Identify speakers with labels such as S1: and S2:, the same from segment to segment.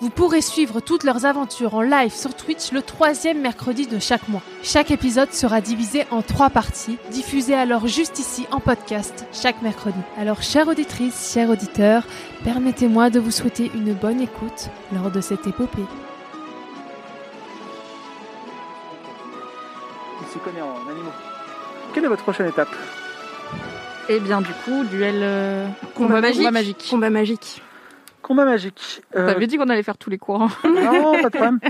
S1: Vous pourrez suivre toutes leurs aventures en live sur Twitch le troisième mercredi de chaque mois. Chaque épisode sera divisé en trois parties, diffusées alors juste ici en podcast chaque mercredi. Alors chère auditrice, chers auditeurs, permettez-moi de vous souhaiter une bonne écoute lors de cette épopée.
S2: Il se connaît en animaux. Quelle est votre prochaine étape
S3: Et Eh bien du coup, duel euh,
S4: Combat magique.
S3: Combat magique.
S4: Combat magique.
S2: Combat magique. Euh,
S3: T'avais dit qu'on allait faire tous les cours. hein.
S2: non, pas de problème.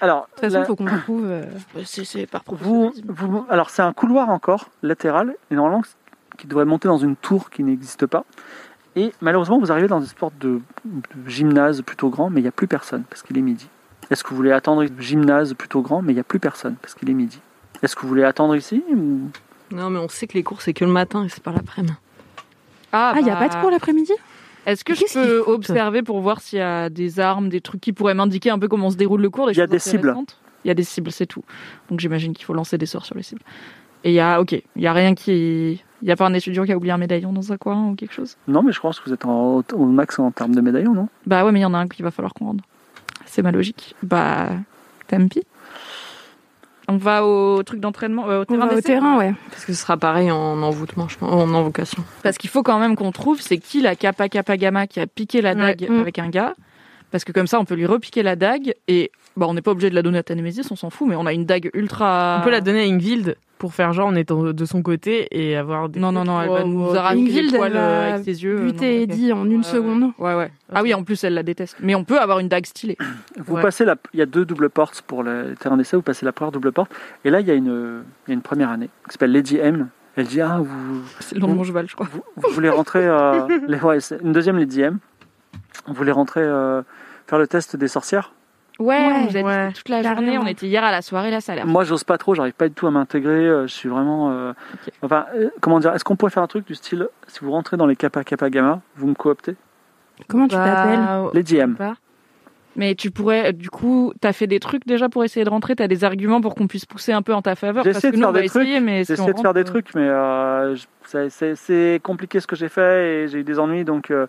S2: Alors,
S4: De toute façon,
S2: la-
S4: il faut qu'on trouve. euh,
S5: Bah,
S3: C'est- C'est par
S2: vous,
S3: proposition.
S2: vous- alors c'est un couloir encore latéral et normalement qui devrait monter dans une tour qui n'existe pas. Et malheureusement, vous arrivez dans une sorte de, de gymnase plutôt grand, mais il n'y a plus personne parce qu'il est midi. Est-ce que vous voulez attendre une gymnase plutôt grand, mais il n'y a plus personne parce qu'il est midi. Est-ce que vous voulez attendre ici ou-
S5: Non, mais on sait que les cours, c'est que le matin et c'est pas l'après-midi.
S4: Ah, il n'y a
S3: bah,
S4: pas de cours l'après-midi
S3: Est-ce que je
S5: Qu'est-ce
S3: peux
S5: qu'il fout
S3: observer pour voir s'il y a des armes, des trucs qui pourraient m'indiquer un peu comment se déroule le cours
S2: Il y a
S3: choses
S2: des cibles.
S3: intéressantes Il y a des cibles, c'est tout. Donc j'imagine qu'il faut lancer des sorts sur les cibles. Et il y a, ok, il y a rien qui, il y a pas un étudiant qui a oublié un médaillon dans un coin ou quelque chose
S2: Non, mais je pense que vous êtes en- au max en termes de médaillons, non
S3: Bah ouais, mais il y en a un qu'il va falloir qu'on rende. C'est ma logique. Bah, tant pis. On va au truc d'entraînement, euh, au
S4: On
S3: terrain
S4: va au
S3: d'essai
S4: terrain, ouais.
S5: Parce que ce sera pareil en envoûtement, je pense, en invocation.
S3: Parce qu'il faut quand même qu'on trouve c'est qui la Kappa Kappa Gamma qui a piqué la
S4: Ouais.
S3: dague
S4: Mm.
S3: avec un gars. Parce que comme ça, on peut lui repiquer la dague et bah, on n'est pas obligé de la donner à Tanemesis, on s'en fout, mais on a une dague ultra.
S6: On peut la donner à Ingvild pour faire genre en étant de son côté et avoir des.
S3: Non, non, non, elle va
S6: Wow,
S3: nous
S6: wow.
S3: arracher les
S4: Ingvild, elle
S3: poils,
S4: va
S3: euh, avec ses yeux. euh,
S4: Buter
S3: non, ok.
S4: Eddie en une
S3: Ouais,
S4: seconde.
S3: Ouais, ouais. Ah oui, en plus, elle la déteste. Mais on peut avoir une dague stylée.
S2: Vous
S6: Ouais.
S2: passez la, il y a deux doubles portes pour le terrain d'essai. Vous passez la première double porte et là il y a une, il y a une première année qui s'appelle Lady M. Elle dit ah vous,
S3: C'est
S4: Mm.
S3: le nom de mon cheval, je crois.
S2: vous, vous voulez rentrer euh, les, ouais, c'est une deuxième Lady M. Vous voulez rentrer euh, faire le test des sorcières.
S3: Ouais,
S4: Ouais.
S3: on nous a dit
S6: Ouais.
S3: toute la
S4: Carrément.
S3: journée, on était hier à la soirée, là, ça a l'air.
S2: Moi j'ose pas trop, j'arrive pas du tout à m'intégrer. euh, Je suis vraiment, euh,
S3: Ok.
S2: enfin euh, comment dire, est-ce qu'on pourrait faire un truc du style si vous rentrez dans les Kappa Kappa Gamma, vous me cooptez
S4: Comment
S3: Bah,
S4: tu t'appelles
S2: Lady M.
S3: Mais tu pourrais, euh, du coup, t'as fait des trucs déjà pour essayer de rentrer, t'as des arguments pour qu'on puisse pousser un peu en ta faveur.
S2: J'ai
S3: parce
S2: essayé
S3: que
S2: de
S3: nous,
S2: faire
S3: on va
S2: des trucs,
S3: essayer, mais si
S2: J'ai
S3: on
S2: essayé de faire
S3: rentre,
S2: des trucs, mais euh, je- c'est- c'est c'est compliqué ce que j'ai fait et j'ai eu des ennuis. Donc euh,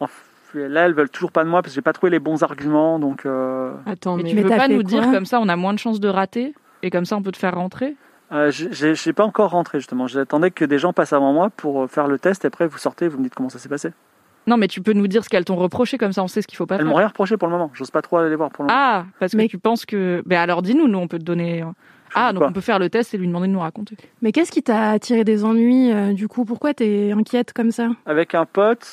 S2: en fait, là, elles veulent toujours pas de moi parce que j'ai pas trouvé les bons arguments. Donc euh,
S5: Attends,
S3: Mais
S5: mais,
S3: tu
S4: Mais
S3: veux
S4: t'as
S3: pas
S4: fait
S3: nous dire
S4: quoi
S3: comme ça on a moins de chances de rater et comme ça on peut te faire rentrer
S2: euh, j'ai- j'ai j'ai pas encore rentré justement. J'attendais que des gens passent avant moi pour euh, faire le test. Et après, vous sortez, vous me dites comment ça s'est passé.
S3: Non mais tu peux nous dire ce qu'elles t'ont reproché comme ça on sait ce qu'il faut pas
S2: Elles m'ont
S3: faire.
S2: rien reproché pour le moment. J'ose pas trop aller les voir pour le moment.
S3: Ah parce
S4: Mais-
S3: que tu penses que ben alors dis-nous nous on peut te donner
S2: Je
S3: Ah
S2: dis
S3: donc
S2: pas.
S3: on peut faire le test et lui demander de nous raconter.
S4: Mais qu'est-ce qui t'a attiré des ennuis euh, du coup Pourquoi t'es inquiète comme ça
S2: Avec un pote,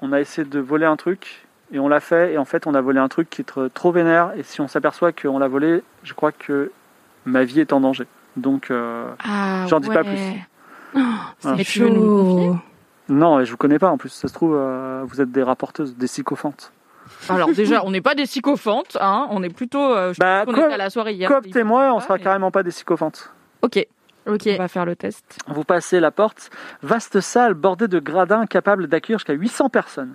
S2: on a essayé de voler un truc et on l'a fait. Et en fait, on a volé un truc qui est tr- trop vénère. Et si on s'aperçoit qu'on l'a volé, je crois que ma vie est en danger. Donc euh,
S3: Ah
S2: J'en dis pas plus.
S4: C'est
S3: Mais tu veux nous confier
S2: Non, et je vous connais pas en plus. Ça se trouve, euh, vous êtes des rapporteuses, des sycophantes.
S3: Alors déjà on n'est pas des sycophantes hein, on est plutôt euh, je
S2: Bah,
S3: pense qu'on
S2: co-
S3: était à la soirée hier.
S2: Cooptez-moi, on
S3: pas,
S2: sera
S3: mais-
S2: carrément pas des sycophantes.
S3: OK,
S5: Ok.
S3: on va faire le test.
S2: Vous passez la porte, vaste salle bordée de gradins capables d'accueillir jusqu'à 800 personnes.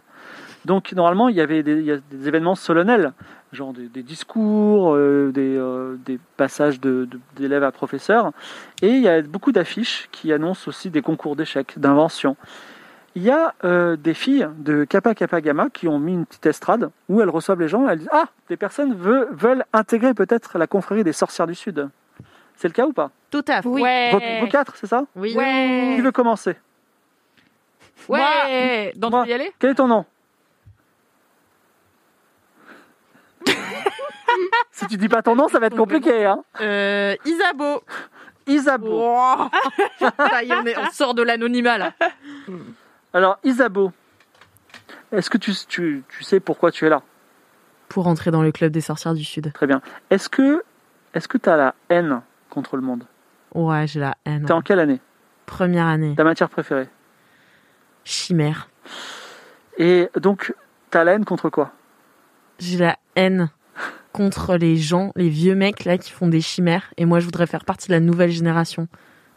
S2: Donc normalement, il y avait des, il y a des événements solennels, genre des, des discours, euh, des, euh, des passages de- de- d'élèves à professeurs. Et il y a beaucoup d'affiches qui annoncent aussi des concours d'échecs, d'inventions. Il y a euh, des filles de Kappa Kappa Gamma qui ont mis une petite estrade où elles reçoivent les gens. Elles disent Ah, des personnes veu- veulent intégrer peut-être la confrérie des sorcières du Sud. C'est le cas ou pas
S5: Tout à fait.
S4: Oui.
S2: Vos-
S3: Ouais.
S2: Vos quatre, c'est ça
S5: Oui.
S3: Ouais.
S2: Qui veut commencer Moi.
S3: Ouais, d'entre y aller
S2: Quel est ton nom Si tu dis pas ton nom, ça va être compliqué. Hein.
S6: Euh, Isabeau.
S2: Isabeau.
S6: Wouah.
S3: Ça y est, on, est- on sort de l'anonymat là.
S2: Alors, Isabeau, est-ce que tu, tu- tu sais pourquoi tu es là
S6: Pour entrer dans le club des sorcières du Sud.
S2: Très bien. Est-ce que est-ce que tu as la haine contre le monde
S6: Ouais, j'ai la haine.
S2: T'es en quelle année
S6: Première année.
S2: Ta matière préférée
S6: Chimère.
S2: Et donc, t'as la haine contre quoi
S6: J'ai la haine contre les gens, les vieux mecs là qui font des chimères. Et moi, je voudrais faire partie de la nouvelle génération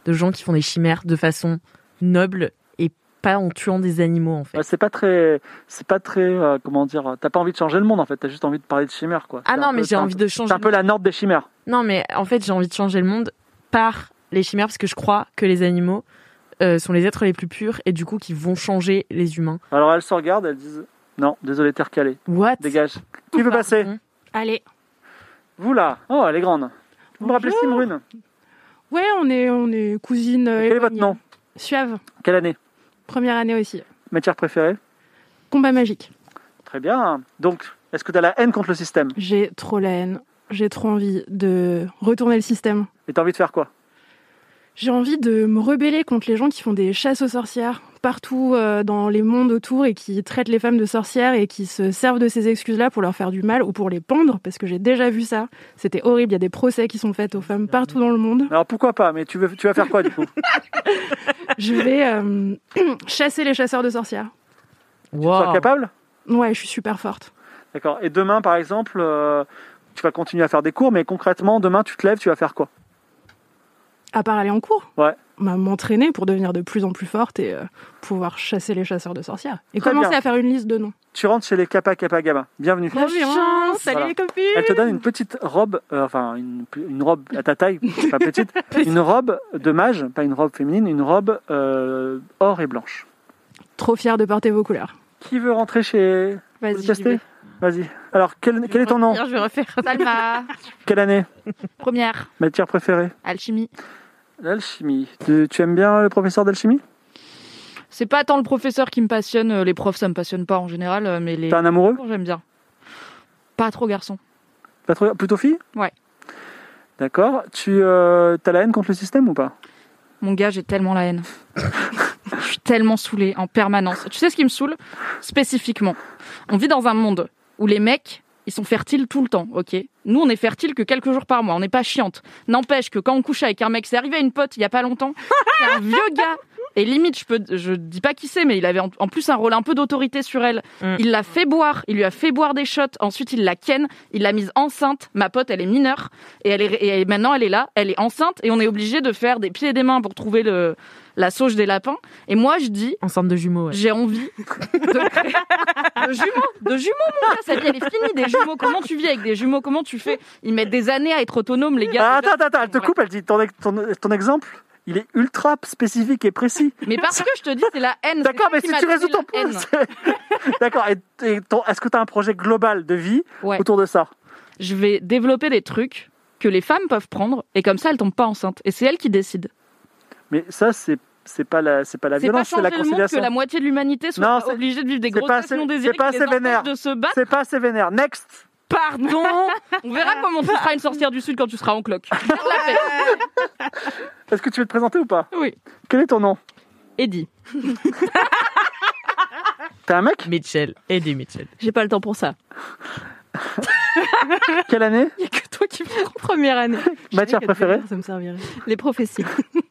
S6: de gens qui font des chimères de façon noble et pas en tuant des animaux en fait.
S2: Ouais, C'est pas très, c'est pas très, euh, comment dire euh, T'as pas envie de changer le monde en fait. T'as juste envie de parler de chimères quoi.
S6: Ah
S2: C'est
S6: non,
S2: un
S6: mais
S2: peu-
S6: j'ai
S2: c'est un
S6: envie
S2: peu-
S6: de changer.
S2: C'est un peu la nord des chimères.
S6: Non, mais en fait, j'ai envie de changer le monde par les chimères parce que je crois que les animaux euh, sont les êtres les plus purs et du coup qui vont changer les humains.
S2: Alors elles se regardent, elles disent non, désolé, t'es recalé,
S6: What
S2: dégage. Qui veut passer
S6: Pardon.
S4: Allez.
S2: Vous là Oh, elle est grande. Vous me rappelez
S4: Bonjour.
S2: Simrune
S4: Ouais, on est, on est cousine. euh,
S2: Quel est votre nom
S4: Suave.
S2: Quelle année
S4: Première année aussi.
S2: Matière préférée
S4: Combat magique.
S2: Très bien. Donc, est-ce que t'as la haine contre le système
S4: J'ai trop la haine. J'ai trop envie de retourner le système.
S2: Et t'as envie de faire quoi
S4: J'ai envie de me rebeller contre les gens qui font des chasses aux sorcières partout euh, dans les mondes autour et qui traitent les femmes de sorcières et qui se servent de ces excuses-là pour leur faire du mal ou pour les pendre, parce que j'ai déjà vu ça. C'était horrible, il y a des procès qui sont faits aux femmes partout dans le monde.
S2: Alors pourquoi pas Mais tu veux, tu vas faire quoi du coup
S4: Je vais euh, chasser les chasseurs de sorcières.
S2: Tu
S6: Wow.
S2: es capable
S4: Ouais, je suis super forte.
S2: D'accord. Et demain, par exemple, euh, tu vas continuer à faire des cours, mais concrètement, demain, tu te lèves, tu vas faire quoi
S4: À part aller en cours
S2: Ouais.
S4: Bah, m'entraîner pour devenir de plus en plus forte et euh, pouvoir chasser les chasseurs de sorcières. Et
S2: Très
S4: commencer
S2: bien.
S4: à faire une liste de noms.
S2: Tu rentres chez les Kappa Kappa Gamma. Bienvenue.
S4: Trop bien.
S6: chance
S2: Salut Voilà. les
S6: copines
S2: Elle te donne une petite robe, euh, enfin une, une robe à ta taille, pas petite, une robe de mage, pas une robe féminine, une robe euh, or et blanche.
S4: Trop fière de porter vos couleurs.
S2: Qui veut rentrer chez Vous le
S3: Vas-y. j'y
S2: testez
S3: vais.
S2: Vas-y. Alors, quel, quel est ton nom
S6: Je vais refaire.
S3: Salma,
S2: Quelle année
S3: première,
S2: Matière préférée
S3: alchimie.
S2: L'alchimie. Tu, tu aimes bien le professeur d'alchimie
S3: C'est pas tant le professeur qui me passionne, euh, les profs ça me passionne pas en général, euh, mais les
S2: T'as un amoureux
S3: cours, j'aime bien. Pas trop garçon.
S2: Pas trop- Plutôt fille
S3: Ouais.
S2: D'accord. Tu euh, as la haine contre le système ou pas
S3: Mon gars, j'ai tellement la haine. Je suis tellement saoulée en permanence. Tu sais ce qui me saoule Spécifiquement, on vit dans un monde où les mecs, ils sont fertiles tout le temps, ok Nous, on est fertiles que quelques jours par mois, on n'est pas chiante. N'empêche que quand on couche avec un mec, c'est arrivé à une pote il y a pas longtemps, c'est un vieux gars. Et limite, je peux, je dis pas qui c'est, mais il avait en, en plus un rôle un peu d'autorité sur elle.
S6: Mm.
S3: Il l'a fait boire, il lui a fait boire des shots, ensuite il la ken, il l'a mise enceinte. Ma pote, elle est mineure, et, elle est, et maintenant elle est là, elle est enceinte, et on est obligé de faire des pieds et des mains pour trouver le, la sauge des lapins. Et moi, je dis,
S6: Ensemble de jumeaux, ouais.
S3: j'ai envie de, créer- de jumeaux, de jumeaux, mon gars. Sa vie, elle est finie. Des jumeaux, comment tu vis avec des jumeaux Comment tu fais Ils mettent des années à être autonomes, les
S2: Ah,
S3: gars.
S2: attends, attends, attends, elle te coupe, elle dit ton, ex- ton- ton exemple, il est ultra spécifique et précis.
S3: Mais parce que je te dis, c'est la haine.
S2: D'accord,
S3: C'est
S2: mais
S3: ça
S2: si tu
S3: qui m'a
S2: résous ton
S3: donné la
S2: point,
S3: haine.
S2: c'est- D'accord, et, et ton- est-ce que tu as un projet global de vie
S3: Ouais.
S2: autour de ça
S3: Je vais développer des trucs que les femmes peuvent prendre, et comme ça, elles tombent pas enceintes. Et c'est elles qui décident.
S2: Mais ça, c'est c'est pas la, c'est pas la
S3: C'est pas
S2: violence, c'est
S3: changer
S2: la
S3: le monde que
S2: conciliation.
S3: la moitié de l'humanité soit
S2: Non,
S3: pas
S2: c'est-
S3: obligée de vivre des
S2: c'est pas
S3: grosses
S2: assez-
S3: non
S2: c'est
S3: désirées,
S2: pas
S3: qui
S2: assez
S3: les empêchent
S2: vénère.
S3: de se battre.
S2: C'est pas assez vénère. Next
S3: Pardon On verra comment tu seras une sorcière du Sud quand tu seras en cloque. Garde la paix.
S2: Est-ce que tu veux te présenter ou pas
S3: Oui.
S2: Quel est ton nom
S3: Eddie,
S2: T'es un mec
S6: Mitchell, aidez Mitchell.
S3: j'ai pas le temps pour ça.
S2: Quelle année
S3: Il Ben, y a que toi qui
S5: Première année.
S2: Matière
S4: Je savais qu'à
S2: préférée
S4: devenir, Ça me servirait.
S5: Les prophéties.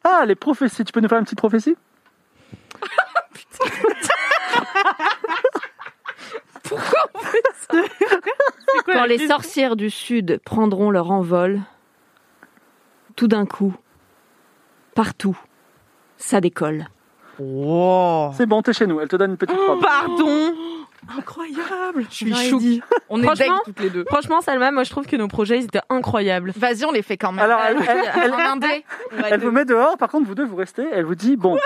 S2: Ah, les prophéties. Tu peux nous faire une petite prophétie
S5: Quand les sorcières du Sud prendront leur envol, tout d'un coup, partout, ça décolle.
S6: Wow.
S2: C'est bon, t'es chez nous. Elle te donne une
S3: Oh,
S2: petite robe.
S6: Pardon
S4: Incroyable.
S3: Je suis chou. On est
S6: Franchement-
S3: deg toutes les deux.
S6: Franchement, Salma, moi je trouve que nos projets ils étaient incroyables.
S3: Vas-y, on les fait quand même.
S2: Alors, elle- elle- elle-
S3: en indé.
S2: Elle vous met dehors, par contre, vous deux, vous restez. Elle vous dit Bon,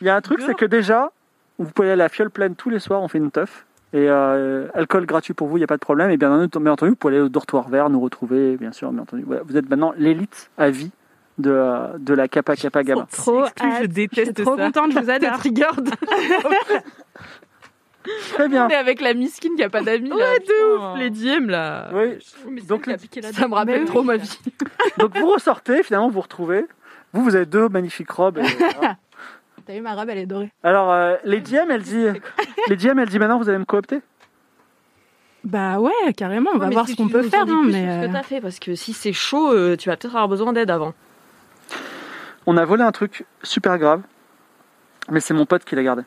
S2: il y a un truc, c'est que déjà, vous pouvez aller à la fiole pleine tous les soirs, on fait une teuf. Et euh, alcool gratuit pour vous, il n'y a pas de problème. Et bien entendu, bien entendu, vous pouvez aller au dortoir vert, nous retrouver, bien sûr, bien entendu. Voilà, vous êtes maintenant l'élite à vie de, euh, de la Kappa Kappa Gamma.
S6: Trop
S5: ah,
S4: hâte.
S6: Je
S4: Je suis
S6: déteste
S4: trop
S6: ça.
S4: contente, je vous adore.
S6: triggered.
S2: Très bien.
S3: On est avec la miskine qui a pas d'amis. là,
S6: Ouais, de
S3: putain.
S6: ouf, les diem là.
S2: Oui. Donc,
S3: Donc, ça me rappelle
S4: Mais
S3: trop
S4: oui.
S3: ma vie.
S2: Donc vous ressortez, finalement, vous vous retrouvez. Vous, vous avez deux magnifiques robes. et voilà.
S4: T'as vu, ma robe, elle est dorée.
S2: Alors, euh, les DM, elle dit, les DM, elle dit maintenant, vous allez me coopter
S4: Bah ouais, carrément, on va
S5: Ouais, mais
S4: voir
S5: si
S4: ce qu'on
S5: tu
S4: peut
S5: nous en
S4: faire.
S5: dis
S4: hein,
S5: plus sur
S4: mais...
S5: ce que t'as fait, parce que si c'est chaud, euh, tu vas peut-être avoir besoin d'aide avant.
S2: On a volé un truc super grave, mais c'est mon pote qui l'a gardé.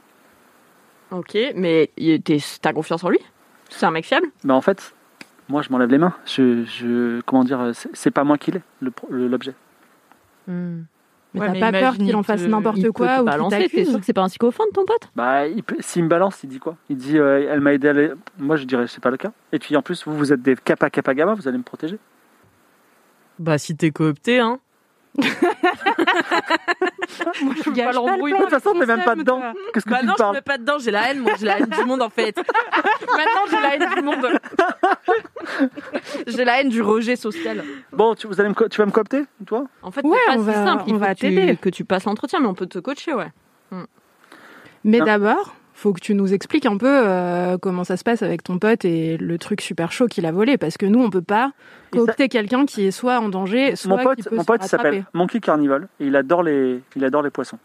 S5: Ok, mais il- t'es- t'as confiance en lui C'est un mec fiable
S2: Mais Bah, en fait, moi, je m'enlève les mains. Je, je- comment dire, euh, c'est- c'est pas moi qui l'ai, le pro- le- l'objet.
S6: Hmm.
S4: Mais
S3: Ouais,
S4: t'as
S3: mais
S4: pas peur
S3: imagine,
S4: qu'il en
S3: il
S4: fasse
S3: te-
S5: Il
S4: n'importe
S5: peut te
S4: quoi ou
S5: balancer,
S4: qu'il
S5: T'es
S4: t'accuse.
S5: sûr que c'est pas un psychophone ton pote
S2: Bah, il peut- s'il me balance, il dit quoi Il dit, euh, elle m'a aidé à aller- Moi, je dirais, c'est pas le cas. Et puis, en plus, vous, vous êtes des kappa kappa gamma, vous allez me protéger.
S6: Bah si t'es coopté, hein.
S4: Moi, je gâche
S3: pas
S4: pas
S3: l'embrouille.
S4: le
S2: De
S4: plan
S2: toute façon, t'es
S4: avec
S2: même
S4: mon
S2: pas
S4: stem,
S2: dedans.
S4: toi.
S2: Qu'est-ce que
S6: Bah
S2: tu me
S6: non, je me
S2: parles
S6: mets pas dedans, j'ai la haine, moi, j'ai la haine du monde en fait.
S3: Maintenant, j'ai la haine du monde. j'ai la haine du rejet social.
S2: Bon, tu, vous allez me co- tu vas me coopter, toi
S5: En fait,
S4: Ouais,
S5: c'est pas
S4: on
S5: si
S4: va-
S5: simple. Il
S4: on
S5: faut
S4: va
S5: que tu-
S4: t'aider.
S5: que tu passes l'entretien, mais on peut te coacher, ouais.
S4: Mais
S2: Non.
S4: d'abord, faut que tu nous expliques un peu euh, comment ça se passe avec ton pote et le truc super chaud qu'il a volé, parce que nous, on peut pas
S2: Et ça-
S4: coopter quelqu'un qui est soit en danger, soit
S2: Mon
S4: qui
S2: pote,
S4: peut
S2: mon
S4: se
S2: pote il
S4: rattraper.
S2: s'appelle Monkey Carnival et il adore les, il adore les poissons.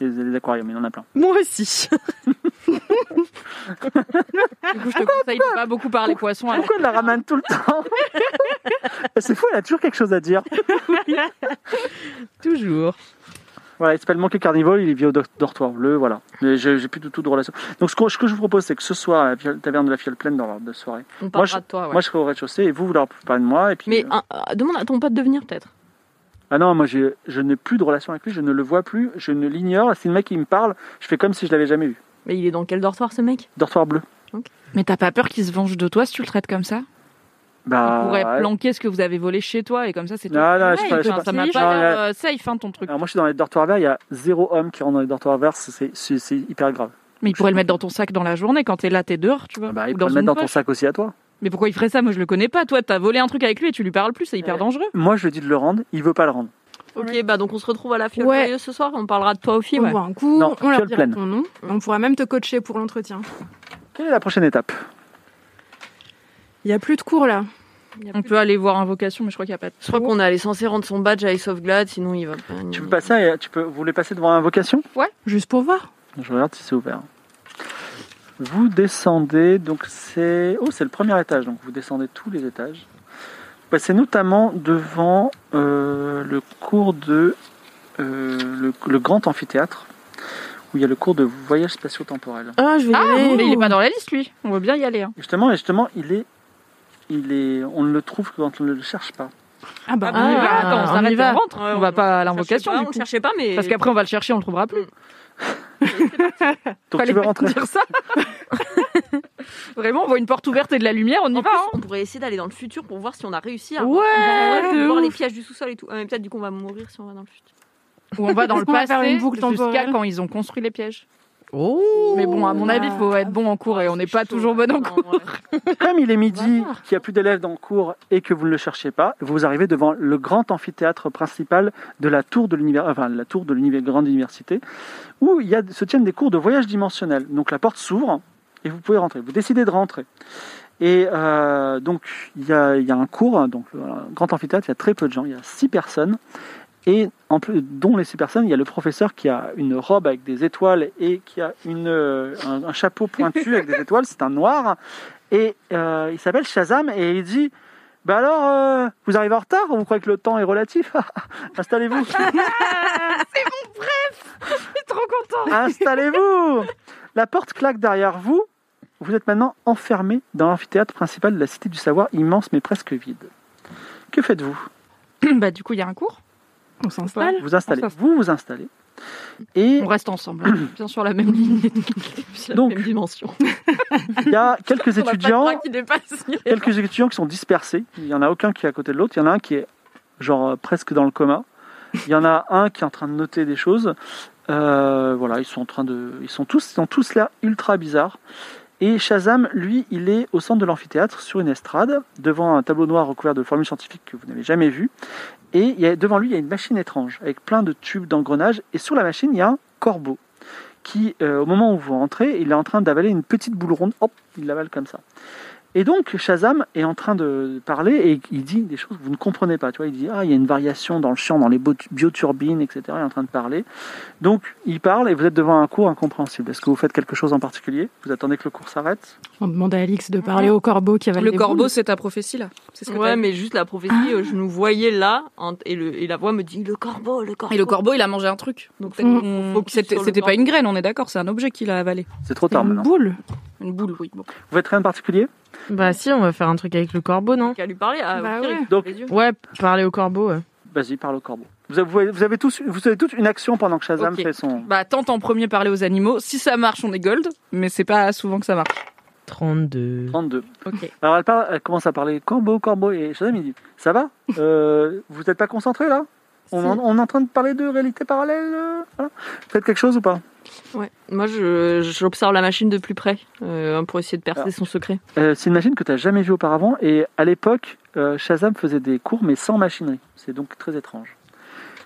S2: Les, les aquariums, il en a plein.
S6: Moi aussi.
S3: Du coup, je te conseille de pas beaucoup parler poisson. alors.
S2: Pourquoi elle la ramène tout le temps C'est fou, elle a toujours quelque chose à dire.
S6: Toujours.
S2: Voilà, il s'appelle Monkey Carnival, il vit au do- dortoir bleu, voilà. Mais je- j'ai plus du tout de relation. Donc ce que, ce que je vous propose, c'est que ce soir, à la fiole- taverne de la Fiole Pleine, dans l'ordre de soirée,
S3: On parlera
S2: je-
S3: de toi. ouais.
S2: moi je serai au rez-de-chaussée et vous, vous leur parlez de moi. Et puis,
S5: Mais
S2: euh,
S5: un- euh, demande à ton pote de venir, peut-être.
S2: Ah non, moi j'ai- je n'ai plus de relation avec lui, je ne le vois plus, je ne l'ignore. Si le mec il me parle, je fais comme si je l'avais jamais vu.
S5: Mais il est dans quel dortoir, ce mec
S2: Dortoir bleu.
S3: Mais t'as pas peur qu'il se venge de toi si tu le traites comme ça
S2: Bah,
S3: pourrait
S2: ouais.
S3: planquer ce que vous avez volé chez toi et comme ça c'est tout.
S2: Non, non, je
S3: Ouais,
S2: sais pas, je sais
S3: enfin,
S2: pas.
S3: ça m'a
S2: Non,
S3: pas
S2: là-
S3: l'air euh, safe hein, ton truc.
S2: Alors moi je suis dans les dortoirs verts, il y a zéro homme qui rentre dans les dortoirs verts, c'est c'est- c'est hyper grave.
S3: Mais il pourrait le mettre dans ton sac dans la journée quand t'es là, t'es dehors, tu vois.
S2: Bah, il
S3: ou
S2: peut
S3: dans
S2: le mettre
S3: une
S2: dans ton
S3: poche.
S2: sac aussi à toi.
S3: Mais pourquoi il ferait ça Moi je le connais pas. Toi t'as volé un truc avec lui et tu lui parles plus, c'est hyper
S2: Ouais.
S3: dangereux.
S2: Moi je lui dis de le rendre, il veut pas le rendre.
S5: Ok, bah donc on se retrouve à la fiole
S4: Ouais.
S5: Furieuse ce soir, on parlera de toi aux filles,
S4: On
S5: ouais.
S4: voit un coup,
S2: Non,
S4: on leur
S2: fiole
S4: dira
S2: pleine.
S4: ton nom, on pourra même te coacher pour l'entretien.
S2: Quelle est la prochaine étape
S4: Il y a plus de cours là.
S3: On peut aller voir Invocation, mais je crois qu'il y a pas de.
S5: Je crois qu'on est censé rendre son badge à Ace of Glad, sinon il va pas.
S7: Euh.
S2: Tu peux passer, à- tu peux, vous voulez passer devant Invocation
S4: Juste pour voir.
S2: Je regarde si c'est ouvert. Vous descendez, donc c'est. Oh, c'est le premier étage, donc vous descendez tous les étages. Vous passez notamment devant euh, le cours de. euh, le, le grand amphithéâtre, où il y a le cours de voyage spatio-temporel.
S6: Ah, je vais y
S3: Ah,
S6: aller.
S3: mais il est pas dans la liste lui. On veut bien y aller. hein.
S2: Et Justement, et justement, il est, il est, on ne le trouve que quand on ne le cherche pas.
S4: Ah bah,
S3: Ah, on y va, attends, on
S6: on
S3: s'arrête
S6: y
S3: et
S6: va.
S3: on rentre.
S5: Ouais,
S3: on
S5: on-
S3: va pas à
S5: L'invocation,
S3: l'invocation du
S5: on
S3: coup.
S5: le cherchait pas, mais.
S3: Parce qu'après on va le chercher, on le trouvera plus.
S2: Donc tu veux
S3: pas
S2: rentrer
S3: dire ça. Vraiment, on voit une porte ouverte et de la lumière, on y
S5: En
S3: va.
S5: plus,
S3: hein.
S5: on pourrait essayer d'aller dans le futur pour voir si on a réussi à
S3: Ouais, de
S5: voir
S3: ouf.
S5: les pièges du sous-sol et tout. Ah, mais peut-être du coup on va mourir si on va dans le futur.
S3: Ou on va dans
S4: Est-ce
S3: le
S4: qu'on va
S3: passé
S4: faire une boucle
S3: jusqu'à
S4: temporelle
S3: quand ils ont construit les pièges.
S6: Oh.
S3: Mais bon, hein. à mon
S4: Ah.
S3: avis, faut être bon en cours
S7: ah,
S3: et on n'est pas toujours bon en cours.
S2: Comme il est midi,
S5: voir.
S2: qu'il n'y a plus d'élèves dans le cours et que vous ne le cherchez pas, vous arrivez devant le grand amphithéâtre principal de la tour de l'univers, enfin la tour de l'univers grande université, où il y a, se tiennent des cours de voyage dimensionnel. Donc la porte s'ouvre et vous pouvez rentrer. Vous décidez de rentrer. Et euh, donc il y, a, il y a un cours, donc le grand amphithéâtre, il y a très peu de gens, il y a six personnes. Et en plus, dont les six personnes, il y a le professeur qui a une robe avec des étoiles et qui a une, euh, un, un chapeau pointu avec des étoiles, c'est un noir. Et euh, il s'appelle Shazam et il dit Bah alors, euh, vous arrivez en retard Vous croyez que le temps est relatif Installez-vous
S3: trop content.
S2: Installez-vous La porte claque derrière vous. Vous êtes maintenant enfermé dans l'amphithéâtre principal de la Cité du Savoir, immense mais presque vide. Que faites-vous
S3: bah du coup, il y a un cours.
S4: on s'installe.
S2: Vous installez. Vous vous installez. Et
S3: On reste ensemble, hein. bien sûr la même ligne.
S5: la
S2: Donc,
S5: même dimension.
S2: il y a quelques
S3: On a pas de
S2: étudiants
S3: train qui dépasse.
S2: quelques étudiants qui sont dispersés. Il n'y en a aucun qui est à côté de l'autre. Il y en a un qui est genre euh, presque dans le coma. Il y en a un qui est en train de noter des choses. Euh, voilà, ils sont en train de, ils sont tous, ils sont tous là ultra bizarres. Et Shazam, lui, il est au centre de l'amphithéâtre sur une estrade devant un tableau noir recouvert de formules scientifiques que vous n'avez jamais vues. Et il y a, devant lui, il y a une machine étrange avec plein de tubes d'engrenages. Et sur la machine, il y a un corbeau qui, euh, au moment où vous rentrez, il est en train d'avaler une petite boule ronde. Hop, il l'avale comme ça. Et donc, Shazam est en train de parler et il dit des choses que vous ne comprenez pas. Tu vois, il dit Ah, il y a une variation dans le champ, dans les bio- bioturbines, etc. Il est en train de parler. Donc, il parle et vous êtes devant un cours incompréhensible. Est-ce que vous faites quelque chose en particulier Vous attendez que le cours s'arrête
S4: On demande à Alix de parler au corbeau qui avait
S3: Le
S4: les
S3: corbeau,
S4: boules.
S3: c'est ta prophétie, là. C'est ce que t'as
S5: Ouais,
S3: dit.
S5: mais juste la prophétie, euh, je nous voyais là, hein, et, le, et la voix me dit le corbeau, le corbeau.
S3: Et le corbeau, il a mangé un truc. Donc, peut-être
S4: Mm.
S3: qu'on-
S5: Focus
S3: c'était
S5: sur le
S3: c'était pas
S5: corbeau.
S3: une graine, on est d'accord, c'est un objet qu'il a avalé.
S2: C'est trop
S4: C'est
S2: tard
S4: une
S2: maintenant.
S4: boule.
S3: Une boule, oui. Bon.
S2: Vous faites rien de particulier
S6: Bah si, on va faire un truc avec le corbeau, non
S5: Qu'à lui parler. Ah,
S4: Bah
S5: ok,
S4: ouais.
S5: les
S2: Donc-
S5: yeux.
S6: Ouais, parler au corbeau. ouais.
S2: Vas-y, parle au corbeau. Vous avez, vous avez tous, vous avez toutes une action pendant que Shazam
S3: Ok.
S2: fait son.
S3: Bah, tente en premier parler aux animaux. Si ça marche, on est gold, mais c'est pas souvent que ça marche.
S6: 32.
S2: 32.
S3: Ok.
S2: Alors elle, parle- elle commence à parler corbeau, corbeau, et Shazam il dit Ça va Euh, Vous n'êtes pas concentré là on, en- on est en train de parler de réalité parallèle euh, voilà. Faites quelque chose ou pas
S5: Ouais. Moi, je- j'observe la machine de plus près euh, pour essayer de percer
S2: Ah.
S5: son secret.
S2: Euh, C'est une machine que tu n'as jamais vue auparavant, et à l'époque, euh, Shazam faisait des cours mais sans machinerie. C'est donc très étrange.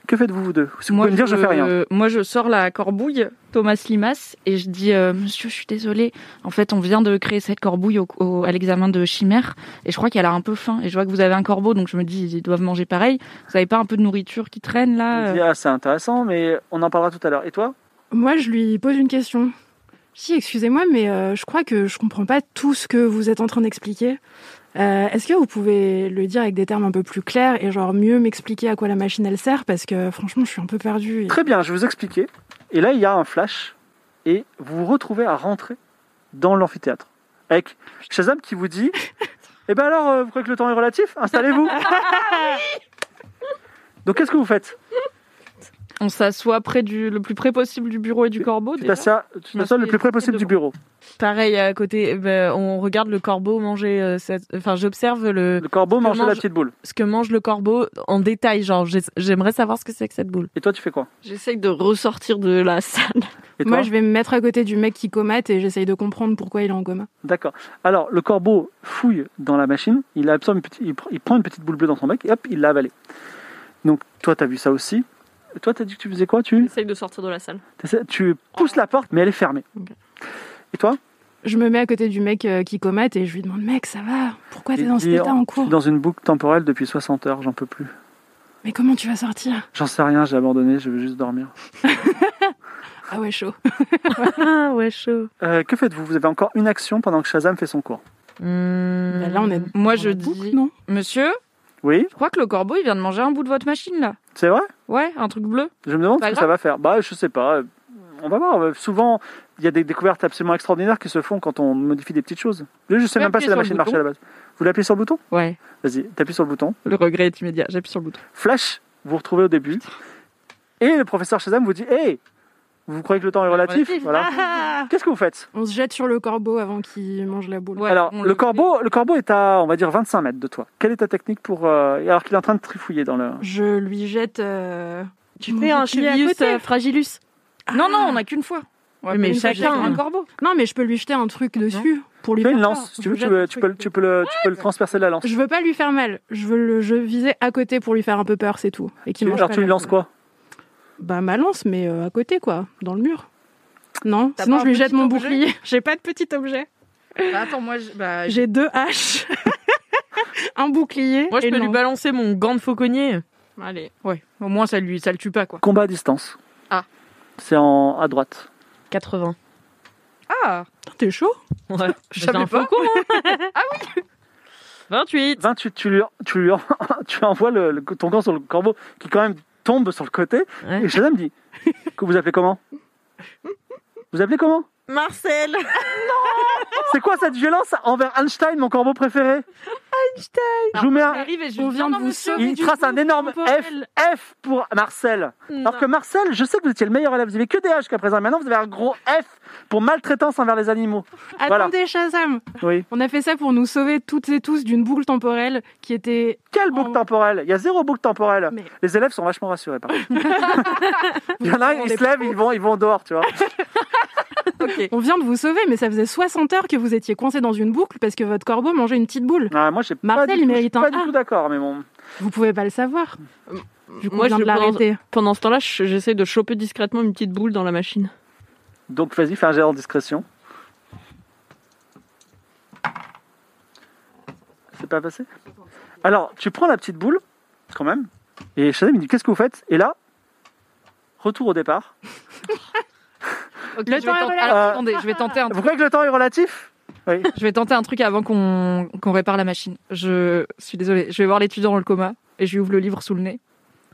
S2: Que faites-vous vous deux Si vous pouvez me dire, je fais rien.
S3: euh, moi, je sors la corbouille, Thomas Limas, et je dis euh, Monsieur, je suis désolée. En fait, on vient de créer cette corbouille au, au- à l'examen de chimère, et je crois qu'elle a un peu faim. Et je vois que vous avez un corbeau, donc je me dis ils doivent manger pareil. Vous avez pas un peu de nourriture qui traîne là
S2: Il
S3: euh
S2: dit, Ah, c'est intéressant, mais on en parlera tout à l'heure. Et toi
S4: Moi, je lui pose une question. Je dis, excusez-moi, mais euh, je crois que je comprends pas tout ce que vous êtes en train d'expliquer. Euh, Est-ce que vous pouvez le dire avec des termes un peu plus clairs et genre mieux m'expliquer à quoi la machine elle sert Parce que franchement, je suis un peu perdue. et-
S2: Très bien, je vais vous expliquer. Et là, il y a un flash, et vous vous retrouvez à rentrer dans l'amphithéâtre. Avec Shazam qui vous dit Eh ben alors, euh, vous croyez que le temps est relatif Installez-vous
S4: Ah
S2: Donc, qu'est-ce que vous faites
S3: On s'assoit près du, le plus près possible du bureau et du corbeau.
S2: Tu
S3: déjà.
S2: t'assois tu t'assois le plus près possible du bureau.
S6: Pareil à côté, eh ben, on regarde le corbeau manger. euh, cette- Enfin, j'observe le...
S2: Le corbeau mange la
S6: mange-
S2: petite boule.
S6: ce que mange le corbeau en détail. Genre, j'ai- j'aimerais savoir ce que c'est que cette boule.
S2: Et toi, tu fais quoi
S5: J'essaye de ressortir de la salle.
S2: Et toi
S4: Moi, je vais me mettre à côté du mec qui comate et j'essaye de comprendre pourquoi il est en coma.
S2: D'accord. Alors, le corbeau fouille dans la machine, il, absorbe une petite- il, pr- il prend une petite boule bleue dans son bec, et hop, il l'a avalée. Donc, toi, t'as vu ça aussi. Et Toi, t'as dit que tu faisais quoi, tu
S5: J'essaye de sortir de la salle.
S2: T'essaies- Tu pousses la porte, mais elle est fermée.
S5: Ok.
S2: Et toi
S4: Je me mets à côté du mec euh, qui comate et je lui demande Mec, ça va Pourquoi t'es
S2: Il
S4: dans cet
S2: dit,
S4: état en
S2: Je
S4: cours
S2: suis dans une boucle temporelle depuis 60 heures, j'en peux plus.
S4: Mais comment tu vas sortir
S2: J'en sais rien, j'ai abandonné, je veux juste dormir.
S4: Ah ouais, chaud.
S6: Ah, ouais, chaud.
S2: Euh, que faites-vous Vous avez encore une action pendant que Shazam fait son cours.
S6: Hmm.
S4: Bah là, on est.
S3: Mmh. Moi,
S4: dans
S3: je
S4: la boucle,
S3: dis
S4: non
S3: Monsieur,
S2: Oui,
S3: je crois que le corbeau, il vient de manger un bout de votre machine là.
S2: c'est vrai
S3: Ouais, un truc bleu.
S2: Je me demande
S3: Pas
S2: ce que
S3: grave.
S2: ça va faire. Bah, je sais pas. euh, On va voir. Euh, Souvent, il y a des découvertes absolument extraordinaires qui se font quand on modifie des petites choses. Là, Je sais
S3: Vous
S2: même pas si
S3: appuyez
S2: la
S3: sur
S2: machine
S3: le
S2: marchait à la base. Vous l'appuyez sur le bouton
S3: Ouais.
S2: Vas-y, t'appuies sur le bouton.
S3: Le regret est immédiat. J'appuie sur le bouton.
S2: Flash, vous vous retrouvez au début. Et le professeur Shazam vous dit Hey Vous croyez que le temps est relatif Voilà.
S3: Ah,
S2: Qu'est-ce que vous faites
S4: On se jette sur le corbeau avant qu'il mange la boule.
S3: Ouais,
S2: alors,
S3: on
S2: le, corbeau, le corbeau est à, on va dire, 25 mètres de toi. Quelle est ta technique pour. euh, alors qu'il est en train de trifouiller dans le.
S4: Je lui jette. euh,
S6: Tu
S4: mon
S6: fais un
S4: bouclier à
S6: chibius
S4: côté.
S6: fragilus.
S3: Non, non, on a qu'une fois. On a
S6: Mais
S3: qu'une fois
S6: chacun. hein.
S3: un corbeau.
S4: hein. Non, mais je peux lui jeter un truc dessus pour lui
S2: Tu as
S4: faire
S2: une
S4: peur.
S2: lance. Si tu veux,
S4: Je
S2: tu,
S4: jette
S2: veux-
S4: un
S2: tu peux,
S4: truc.
S2: le- tu, peux le, tu peux le transpercer de la lance.
S4: Je veux pas lui faire mal. Je veux le, je visais à côté pour lui faire un peu peur, c'est tout. Et qu'il mange
S2: alors
S4: pas
S2: tu lui
S4: la
S2: lances
S4: boule.
S2: quoi
S4: Bah ma lance, mais euh, à côté quoi, dans le mur. Non,
S3: T'as
S4: sinon
S3: pas
S4: je
S3: un
S4: lui jette
S3: petit
S4: mon
S3: objet
S4: bouclier. J'ai pas de petit objet.
S3: Bah, attends, moi, je, bah,
S4: J'ai deux haches, un bouclier.
S6: Moi, je
S4: et
S6: peux
S4: une
S6: lui
S4: lance.
S6: balancer mon gant de fauconnier.
S5: Allez.
S3: ouais. Au moins, ça lui, ça le tue pas, quoi.
S2: Combat à distance.
S3: Ah.
S2: C'est en, à droite.
S6: 80.
S3: Ah,
S4: Putain, T'es chaud
S6: Ouais.
S3: Je
S6: J'ai
S3: savais
S6: un
S3: pas.
S6: faucon.
S3: Ah
S6: oui 28.
S2: 28, tu lui, tu lui, en- tu envoies le, le- ton gant sur le corbeau qui, quand même, tombe sur le côté.
S6: Ouais.
S2: Et Shazam dit Que vous appelez comment Vous appelez comment
S6: Marcel
S2: C'est quoi cette violence envers Einstein, mon corbeau préféré Einstein Je vous mets un.
S3: J'arrive et je
S4: On
S3: lui dis,
S4: vient
S3: non,
S4: de
S3: non,
S4: vous
S3: monsieur.
S4: sauver
S2: Il
S4: du
S2: trace
S4: coup
S2: un énorme F,
S4: temporel.
S2: F pour Marcel. Alors que Marcel, je sais que vous étiez le meilleur élève, vous avez que des H jusqu'à présent. Maintenant, vous avez un gros F pour maltraitance envers les animaux. Voilà.
S4: Attendez Shazam,
S2: Oui.
S4: on a fait ça pour nous sauver toutes et tous d'une boucle temporelle qui était.
S2: Quelle boucle
S4: Oh.
S2: temporelle Il y a zéro boucle temporelle.
S4: Mais-
S2: Les élèves sont vachement rassurés. Par contre. Il y en a, ils se lèvent, ils vont, ils vont dehors, tu vois.
S4: On vient de vous sauver, mais ça faisait 60 heures que vous étiez coincé dans une boucle parce que votre corbeau mangeait une petite boule.
S2: Ah, moi, j'ai pas
S4: Marcel,
S2: du tout,
S4: il
S2: je suis
S4: mérite un
S2: pas du
S4: A.
S2: tout d'accord, mais bon.
S4: Vous pouvez pas le savoir. Du coup,
S5: Moi,
S4: on vient
S5: je
S4: de
S5: pense-
S4: l'arrêter.
S5: Pendant ce temps-là, je- j'essaye de choper discrètement une petite boule dans la machine.
S2: Donc vas-y, fais un jet en discrétion. C'est pas passé Alors, tu prends la petite boule, quand même, et Shazam il dit Qu'est-ce que vous faites Et là, retour au départ.
S3: Ok,
S1: Le
S3: je vais
S1: temps est
S3: tenter-
S1: relatif.
S3: alors, attendez, je vais tenter un
S2: Vous
S3: truc.
S2: croyez que le temps est relatif Oui.
S3: Je vais tenter un truc avant qu'on qu'on répare la machine. Je suis désolée. Je vais voir l'étudiant dans le coma et je lui ouvre le livre sous le nez.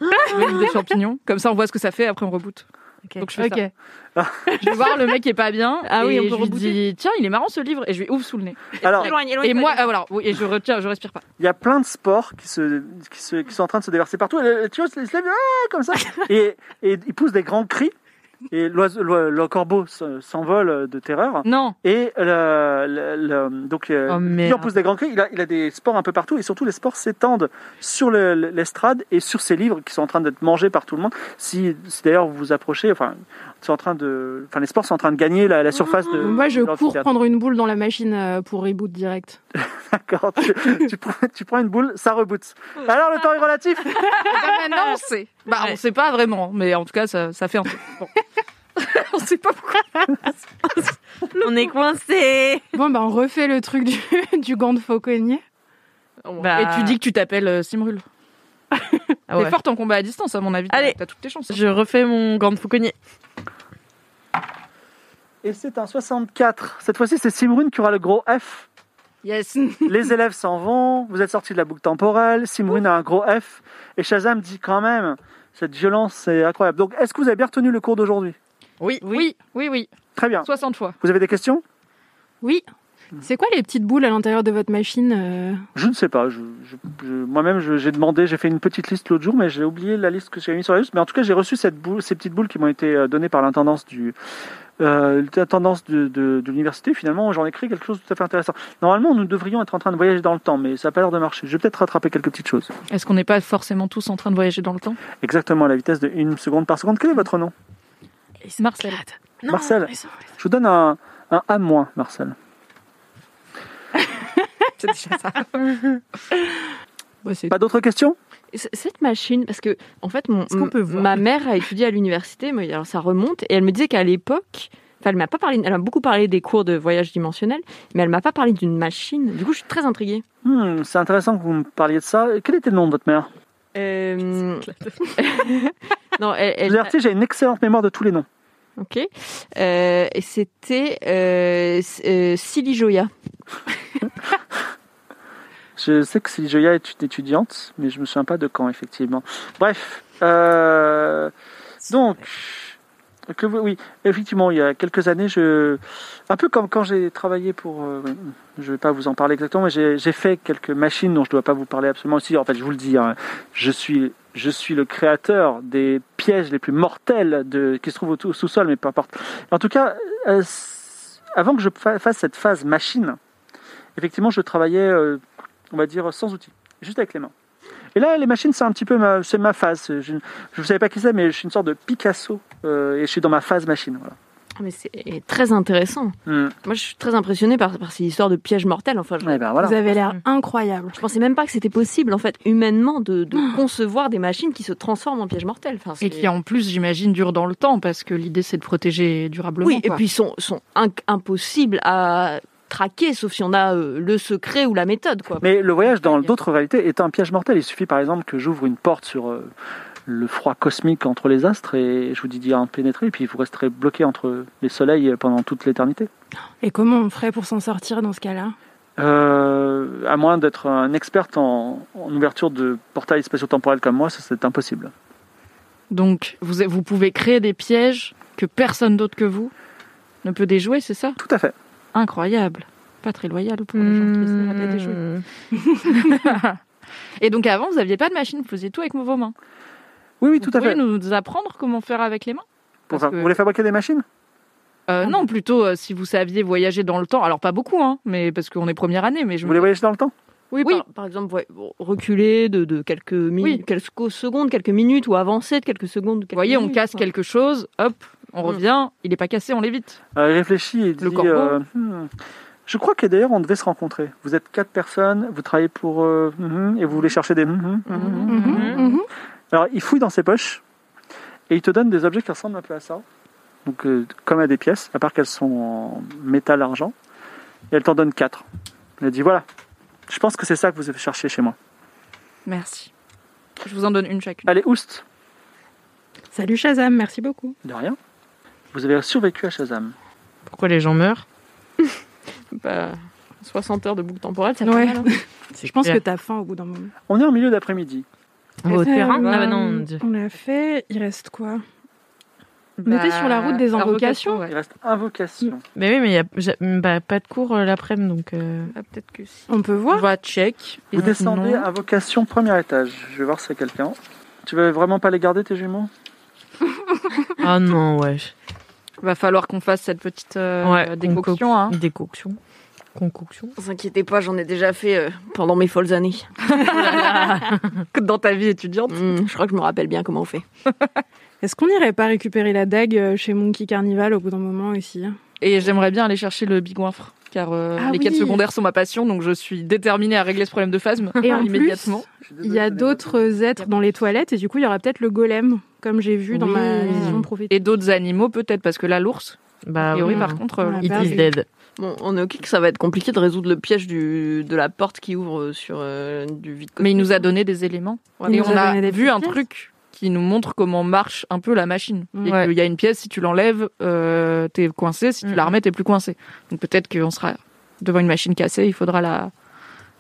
S3: Le livre des champignons. Comme ça, on voit ce que ça fait. Après, on reboot.
S6: Ok.
S3: Donc je fais
S1: Ok.
S3: ça. Je vais voir le mec qui est pas bien.
S6: Ah oui,
S3: et
S6: on peut
S3: je lui
S6: rebooter.
S3: dis tiens, il est marrant ce livre et je lui ouvre sous le nez.
S2: Alors,
S7: Éloigne, éloigne.
S3: Et moi, ah, voilà. Oui, et je retiens, je respire pas.
S2: il y a plein de spores qui, se, qui, se- qui sont en train de se déverser partout. Et le- tu vois, il se lève ah, comme ça. Et, et il pousse des grands cris. Et l'oiseau- l'oi- le corbeau se- s'envole de terreur.
S3: Non.
S2: Et le, le- le- donc, euh,
S6: Oh
S2: il en
S6: merde.
S2: pousse des grands cris. Il a, il a des spores un peu partout. Et surtout, les spores s'étendent sur le- l'estrade et sur ses livres qui sont en train d'être mangés par tout le monde. Si, si d'ailleurs vous vous approchez, enfin, ils sont en train de, enfin, les spores sont en train de gagner la, la surface de.
S4: Moi, je
S2: de
S4: cours
S2: l'amphithéâtre.
S4: prendre une boule dans la machine euh, pour reboot direct.
S2: D'accord. Tu, tu prends, tu prends une boule, ça reboot. Alors, le temps est relatif.
S3: maintenant, on sait. Bah, on sait pas vraiment, mais en tout cas, ça, ça fait un truc. Bon. on sait pas pourquoi.
S6: On est coincé.
S4: Bon, bah, on refait le truc du, du gant de fauconnier.
S6: Bah.
S3: Et tu dis que tu t'appelles euh, Simrul.
S6: Ah ouais.
S3: T'es forte en combat à distance, à mon avis. T'as-
S6: Allez.
S3: T'as toutes tes chances.
S6: Je refais mon gant de fauconnier.
S2: Et c'est un 64. Cette fois-ci, c'est Simrune qui aura le gros F.
S3: Yes.
S2: Les élèves s'en vont, vous êtes sortis de la boucle temporelle, Simrune a un gros F. Et Shazam dit quand même, cette violence, c'est incroyable. Donc, est-ce que vous avez bien retenu le cours d'aujourd'hui
S6: Oui.
S3: Oui, oui, oui.
S2: Très bien.
S3: 60 fois.
S2: Vous avez des questions
S4: Oui. C'est quoi les petites boules à l'intérieur de votre machine euh
S2: Je ne sais pas. Je, je- je- Moi-même, je- j'ai demandé, j'ai fait une petite liste l'autre jour, mais j'ai oublié la liste que j'avais mise sur la liste. Mais en tout cas, j'ai reçu cette boule, ces petites boules qui m'ont été euh, données par l'intendance du. Euh, l'intendance de, de- de l'université, finalement, j'en ai créé quelque chose de tout à fait intéressant. Normalement, nous devrions être en train de voyager dans le temps, mais ça n'a pas l'air de marcher. Je vais peut-être rattraper quelques petites choses.
S3: Est-ce qu'on n'est pas forcément tous en train de voyager dans le temps
S2: Exactement à la vitesse de 1 seconde par seconde. Quel est votre nom
S3: Marcel.
S2: Marcel.
S4: ils sont-
S2: Je vous donne un, un A moins, Marcel.
S3: C'est déjà ça.
S4: Bah, c'est-
S2: Pas d'autres questions
S7: Et c- Cette machine, parce que en fait, mon,
S6: Est-ce qu'on peut
S7: m-
S6: voir
S7: ma mère a étudié à l'université, mais alors ça remonte, et elle me disait qu'à l'époque, enfin, elle m'a pas parlé, elle m'a beaucoup parlé des cours de voyage dimensionnel, mais elle m'a pas parlé d'une machine. Du coup, je suis très intriguée.
S2: Hmm, C'est intéressant que vous me parliez de ça. Quel était le nom de votre mère
S7: Euh, non, elle,
S2: Je
S7: elle-
S2: vous avertis, j'ai une excellente mémoire de tous les noms.
S7: ok. Euh, et c'était euh, s- euh, Silly Joya.
S2: Je sais que si Joya est une étudiante, mais je me souviens pas de quand, effectivement. Bref. euh, donc, que vous- oui, effectivement, il y a quelques années, je, un peu comme quand j'ai travaillé pour... euh, oui, je vais pas vous en parler exactement, mais j'ai j'ai fait quelques machines dont je dois pas vous parler absolument aussi. En fait, je vous le dis, hein, je, suis, je suis le créateur des pièges les plus mortels de, qui se trouvent au, tout- au sous-sol, mais peu importe. En tout cas, euh, s- avant que je fa- fasse cette phase machine, effectivement, je travaillais... euh, on va dire, sans outils, juste avec les mains. Et là, les machines, c'est un petit peu ma, c'est ma phase. Je ne je vous savais pas qui c'est, mais je suis une sorte de Picasso euh, et je suis dans ma phase machine. Voilà.
S7: Ah, Mais c'est très intéressant.
S2: Hmm.
S7: Moi, je suis très impressionnée par, par ces histoires de pièges mortels. Enfin, je,
S2: Eh ben voilà.
S4: Vous avez l'air incroyable.
S7: je pensais même pas que c'était possible, en fait, humainement, de,
S6: Ah.
S7: de concevoir des machines qui se transforment en pièges mortels. Enfin, c'est-
S3: Et qui en plus, j'imagine, dure dans le temps parce que l'idée c'est de protéger durablement.
S7: Oui, et
S3: quoi.
S7: puis ils sont, sont inc- impossibles à traquer, sauf si on a euh, le secret ou la méthode, quoi.
S2: Mais le voyage dans d'autres réalités est un piège mortel. Il suffit par exemple que j'ouvre une porte sur euh, le froid cosmique entre les astres et je vous dis d'y pénétrer, et puis vous resterez bloqué entre les soleils pendant toute l'éternité.
S4: Et comment on ferait pour s'en sortir dans ce cas-là
S2: Euh, à moins d'être un expert en, en ouverture de portails spatio-temporels comme moi, ça c'est impossible.
S3: Donc, vous, vous pouvez créer des pièges que personne d'autre que vous ne peut déjouer, c'est ça
S2: Tout à fait.
S3: Incroyable. Pas très loyal pour les gens qui essaient de les déjouer.
S6: Hmm.
S3: Et donc, avant, vous n'aviez pas de machine, vous faisiez tout avec vos mains.
S2: Oui, oui,
S3: Vous
S2: tout à
S3: pouvez
S2: fait.
S3: nous apprendre comment faire avec les mains
S2: Pour
S3: parce
S2: faire-
S3: que-
S2: Vous voulez fabriquer des machines
S3: Euh, Non, plutôt euh, si vous saviez voyager dans le temps. Alors, pas beaucoup, hein, mais parce qu'on est première année, mais je
S2: Vous voulez voyager dans le temps
S3: Oui,
S7: Oui,
S3: par-
S7: par, par exemple, ouais, bon, reculer de, de quelques, minutes,
S3: Oui.
S7: quelques secondes, quelques minutes, ou avancer de quelques secondes. de Quelques
S3: Vous voyez, on
S7: minutes,
S3: casse
S7: quoi.
S3: quelque chose, hop, on
S7: Mm.
S3: revient, il n'est pas cassé, on l'évite.
S2: Euh, il réfléchit et dit.
S3: Le corbeau.
S2: euh, Hmm, je crois que d'ailleurs on devait se rencontrer. Vous êtes quatre personnes, vous travaillez pour euh, mhm, et vous voulez chercher des. mhm, mhm.
S4: Mhm, mhm.
S2: Alors il fouille dans ses poches et il te donne des objets qui ressemblent un peu à ça. donc euh, comme à des pièces, à part qu'elles sont en métal argent, et elle t'en donne quatre. Elle dit voilà, je pense que c'est ça que vous avez cherché chez moi.
S3: Merci. Je vous en donne une chacune.
S2: Allez, Oust,
S4: Salut Shazam, merci beaucoup.
S2: de rien. Vous avez survécu à Shazam.
S6: Pourquoi les gens meurent
S7: Bah, 60 heures de boucle temporelle, ça
S4: Ouais.
S7: fait mal. hein.
S4: Je pense
S6: clair.
S4: que t'as faim au bout d'un moment.
S2: On est en milieu d'après-midi.
S6: On va au
S4: Euh,
S6: terrain
S4: bah,
S6: Ah bah non, mon Dieu.
S4: On a fait, il reste quoi
S3: On
S7: Bah,
S4: était sur la route des invocations.
S2: Il reste invocation.
S6: Mais oui, mais il y a j'ai- bah, pas de cours euh, l'après-midi, donc... euh,
S3: Peut-être que si.
S4: On peut
S3: On
S4: voir
S3: va check.
S2: Vous
S6: Non.
S2: descendez invocation premier étage. Je vais voir si c'est quelqu'un. Tu veux vraiment pas les garder tes jumeaux
S6: Ah non, wesh.
S3: Va falloir qu'on fasse cette petite euh,
S6: Ouais,
S3: décoction. Hein.
S6: Décoction. Concoction.
S7: Ne vous inquiétez pas, j'en ai déjà fait euh, pendant mes folles années.
S3: Dans ta vie étudiante.
S7: Hmm, je crois que je me rappelle bien comment on fait.
S4: Est-ce qu'on irait pas récupérer la dague euh, chez Monkey Carnival au bout d'un moment aussi
S3: Et j'aimerais bien aller chercher le bigouinfre, car euh,
S4: Ah
S3: les
S4: oui.
S3: quêtes secondaires sont ma passion, donc je suis déterminée à régler ce problème de phasme
S4: Et en
S3: immédiatement.
S4: plus, il y a d'autres êtres dans les toilettes et du coup, il y aura peut-être le golem, comme j'ai vu dans
S3: Oui.
S4: ma vision prophétique.
S3: Et d'autres animaux peut-être, parce que là, l'ours, a
S6: Bah
S3: priori,
S6: oui,
S3: par contre, euh,
S4: Ah Ouais.
S6: It
S4: Bah,
S6: is
S4: oui.
S6: dead.
S7: Bon, on est ok que ça va être compliqué de résoudre le piège du, de la porte qui ouvre sur euh, du vide.
S3: mais il nous a donné des éléments.
S7: Ouais,
S3: et
S4: nous
S3: on
S4: a
S3: a,
S4: donné des
S3: vu un
S4: petites
S3: truc qui nous montre comment marche un peu la machine.
S4: Mm.
S3: Et
S6: Ouais.
S3: qu'il y a une pièce, si tu l'enlèves, euh, t'es coincé, si tu la
S6: Mm.
S3: remets, t'es plus coincé. Donc peut-être qu'on sera devant une machine cassée, il faudra la,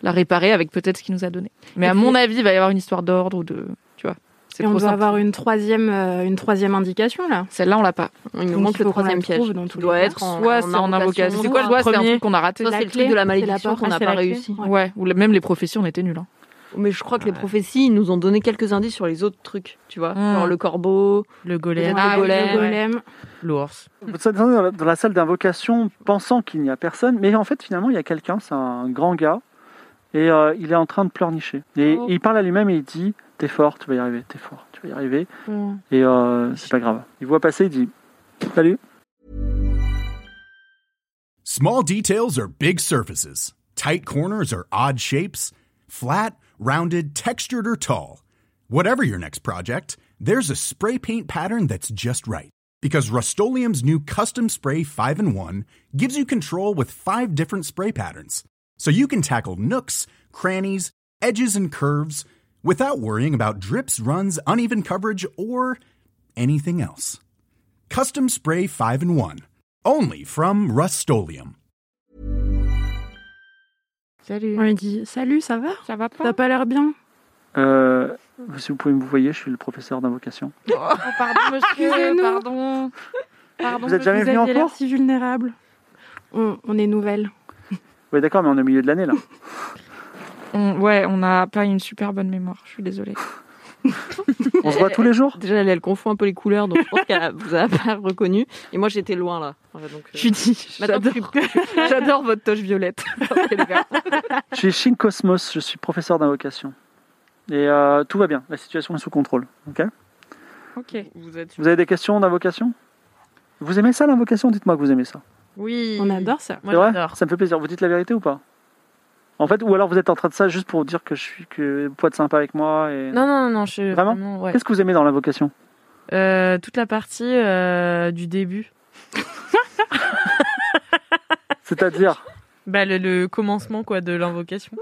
S3: la réparer avec peut-être ce qu'il nous a donné. Mais
S4: Et
S3: à
S4: puis-
S3: mon avis, il va y avoir une histoire d'ordre ou de... Tu vois, c'est
S4: Et on
S3: trop
S4: doit
S3: simple.
S4: avoir une troisième, euh, une troisième indication là.
S3: Celle-là, on l'a pas.
S7: Il nous
S4: Donc,
S7: manque
S4: il faut
S7: le
S4: qu'on
S7: troisième
S4: la
S7: piège.
S4: trouve dans tous
S7: Qui
S4: les
S7: doit
S4: cas.
S7: être en,
S3: soit
S7: en
S3: c'est en invocation, c'est
S7: soit-
S3: quoi le soit c'est un
S6: Premier.
S3: truc qu'on a raté.
S7: Soit
S4: La
S7: c'est le
S4: clé,
S7: truc de la
S4: c'est la
S7: malédiction
S4: porte.
S7: qu'on
S4: Ah,
S7: n'a
S4: c'est
S7: pas
S4: la clé.
S7: réussi.
S4: Ouais.
S3: Ouais, ou le- même les prophéties, on était nuls. hein.
S7: Mais je crois que les prophéties, ils nous ont donné quelques indices sur les autres trucs, tu vois. Genre le corbeau.
S6: Le golem,
S3: Ah,
S4: le
S3: golem, ouais.
S4: golem.
S6: l'ours.
S2: Vous descendez dans la, dans la salle d'invocation pensant qu'il n'y a personne, mais en fait finalement il y a quelqu'un, c'est un grand gars, et euh, il est en train de pleurnicher. Et
S3: Oh.
S2: il parle à lui-même et il dit T'es fort, tu vas y arriver, t'es fort, tu vas y arriver, et euh, c'est pas grave. Il voit passer, il dit Salut.
S8: Small details are big surfaces. Tight corners are odd shapes. Flat, rounded, textured, or tall. Whatever your next project, there's a spray paint pattern that's just right. Because Rust new Custom Spray 5 in 1 gives you control with five different spray patterns. So you can tackle nooks, crannies, edges, and curves without worrying about drips, runs, uneven coverage, or anything else. Custom Spray 5 in 1. Only from Rust-Oleum.
S6: Salut.
S4: On lui dit Salut, ça va
S3: Ça va
S4: T'as pas l'air bien
S2: Euh, si vous pouvez me vous voyez, je suis le professeur d'invocation.
S3: Pardon, monsieur,
S4: Excusez-nous.
S3: pardon. Pardon.
S2: Vous êtes jamais
S4: Vous
S2: venu
S4: aviez
S2: encore
S4: l'air si vulnérable. On, on est nouvelle.
S2: Oui, d'accord, mais on est au milieu de l'année là.
S3: On- ouais, on n'a pas une super bonne mémoire, je suis désolée.
S2: On se voit tous les jours
S7: Déjà, elle, elle confond un peu les couleurs, donc je pense qu'elle a- vous a pas reconnu. Et moi, j'étais loin, là. Ouais, donc, euh,
S3: Je suis dit,
S7: Maintenant,
S3: j'adore j'adore votre toche violette.
S2: Je suis Shin Cosmos, je suis professeur d'invocation. Et euh, tout va bien, la situation est sous contrôle. ok
S3: ok. Vous êtes...
S2: vous avez des questions d'invocation Vous aimez ça l'invocation Dites-moi que vous aimez ça.
S6: Oui.
S7: Hmm.
S4: On adore ça.
S6: Moi
S2: C'est vrai
S6: j'adore.
S2: Ça me fait plaisir. Vous dites la vérité ou pas En fait, ou alors vous êtes en train de ça juste pour dire que je suis que pour être sympa avec moi et.
S6: Non, non, non, non, je...
S2: Vraiment
S6: ouais.
S2: Qu'est-ce que vous aimez dans l'invocation
S6: Euh, toute la partie euh, du début.
S2: C'est-à-dire
S6: Bah, le, le commencement quoi de l'invocation.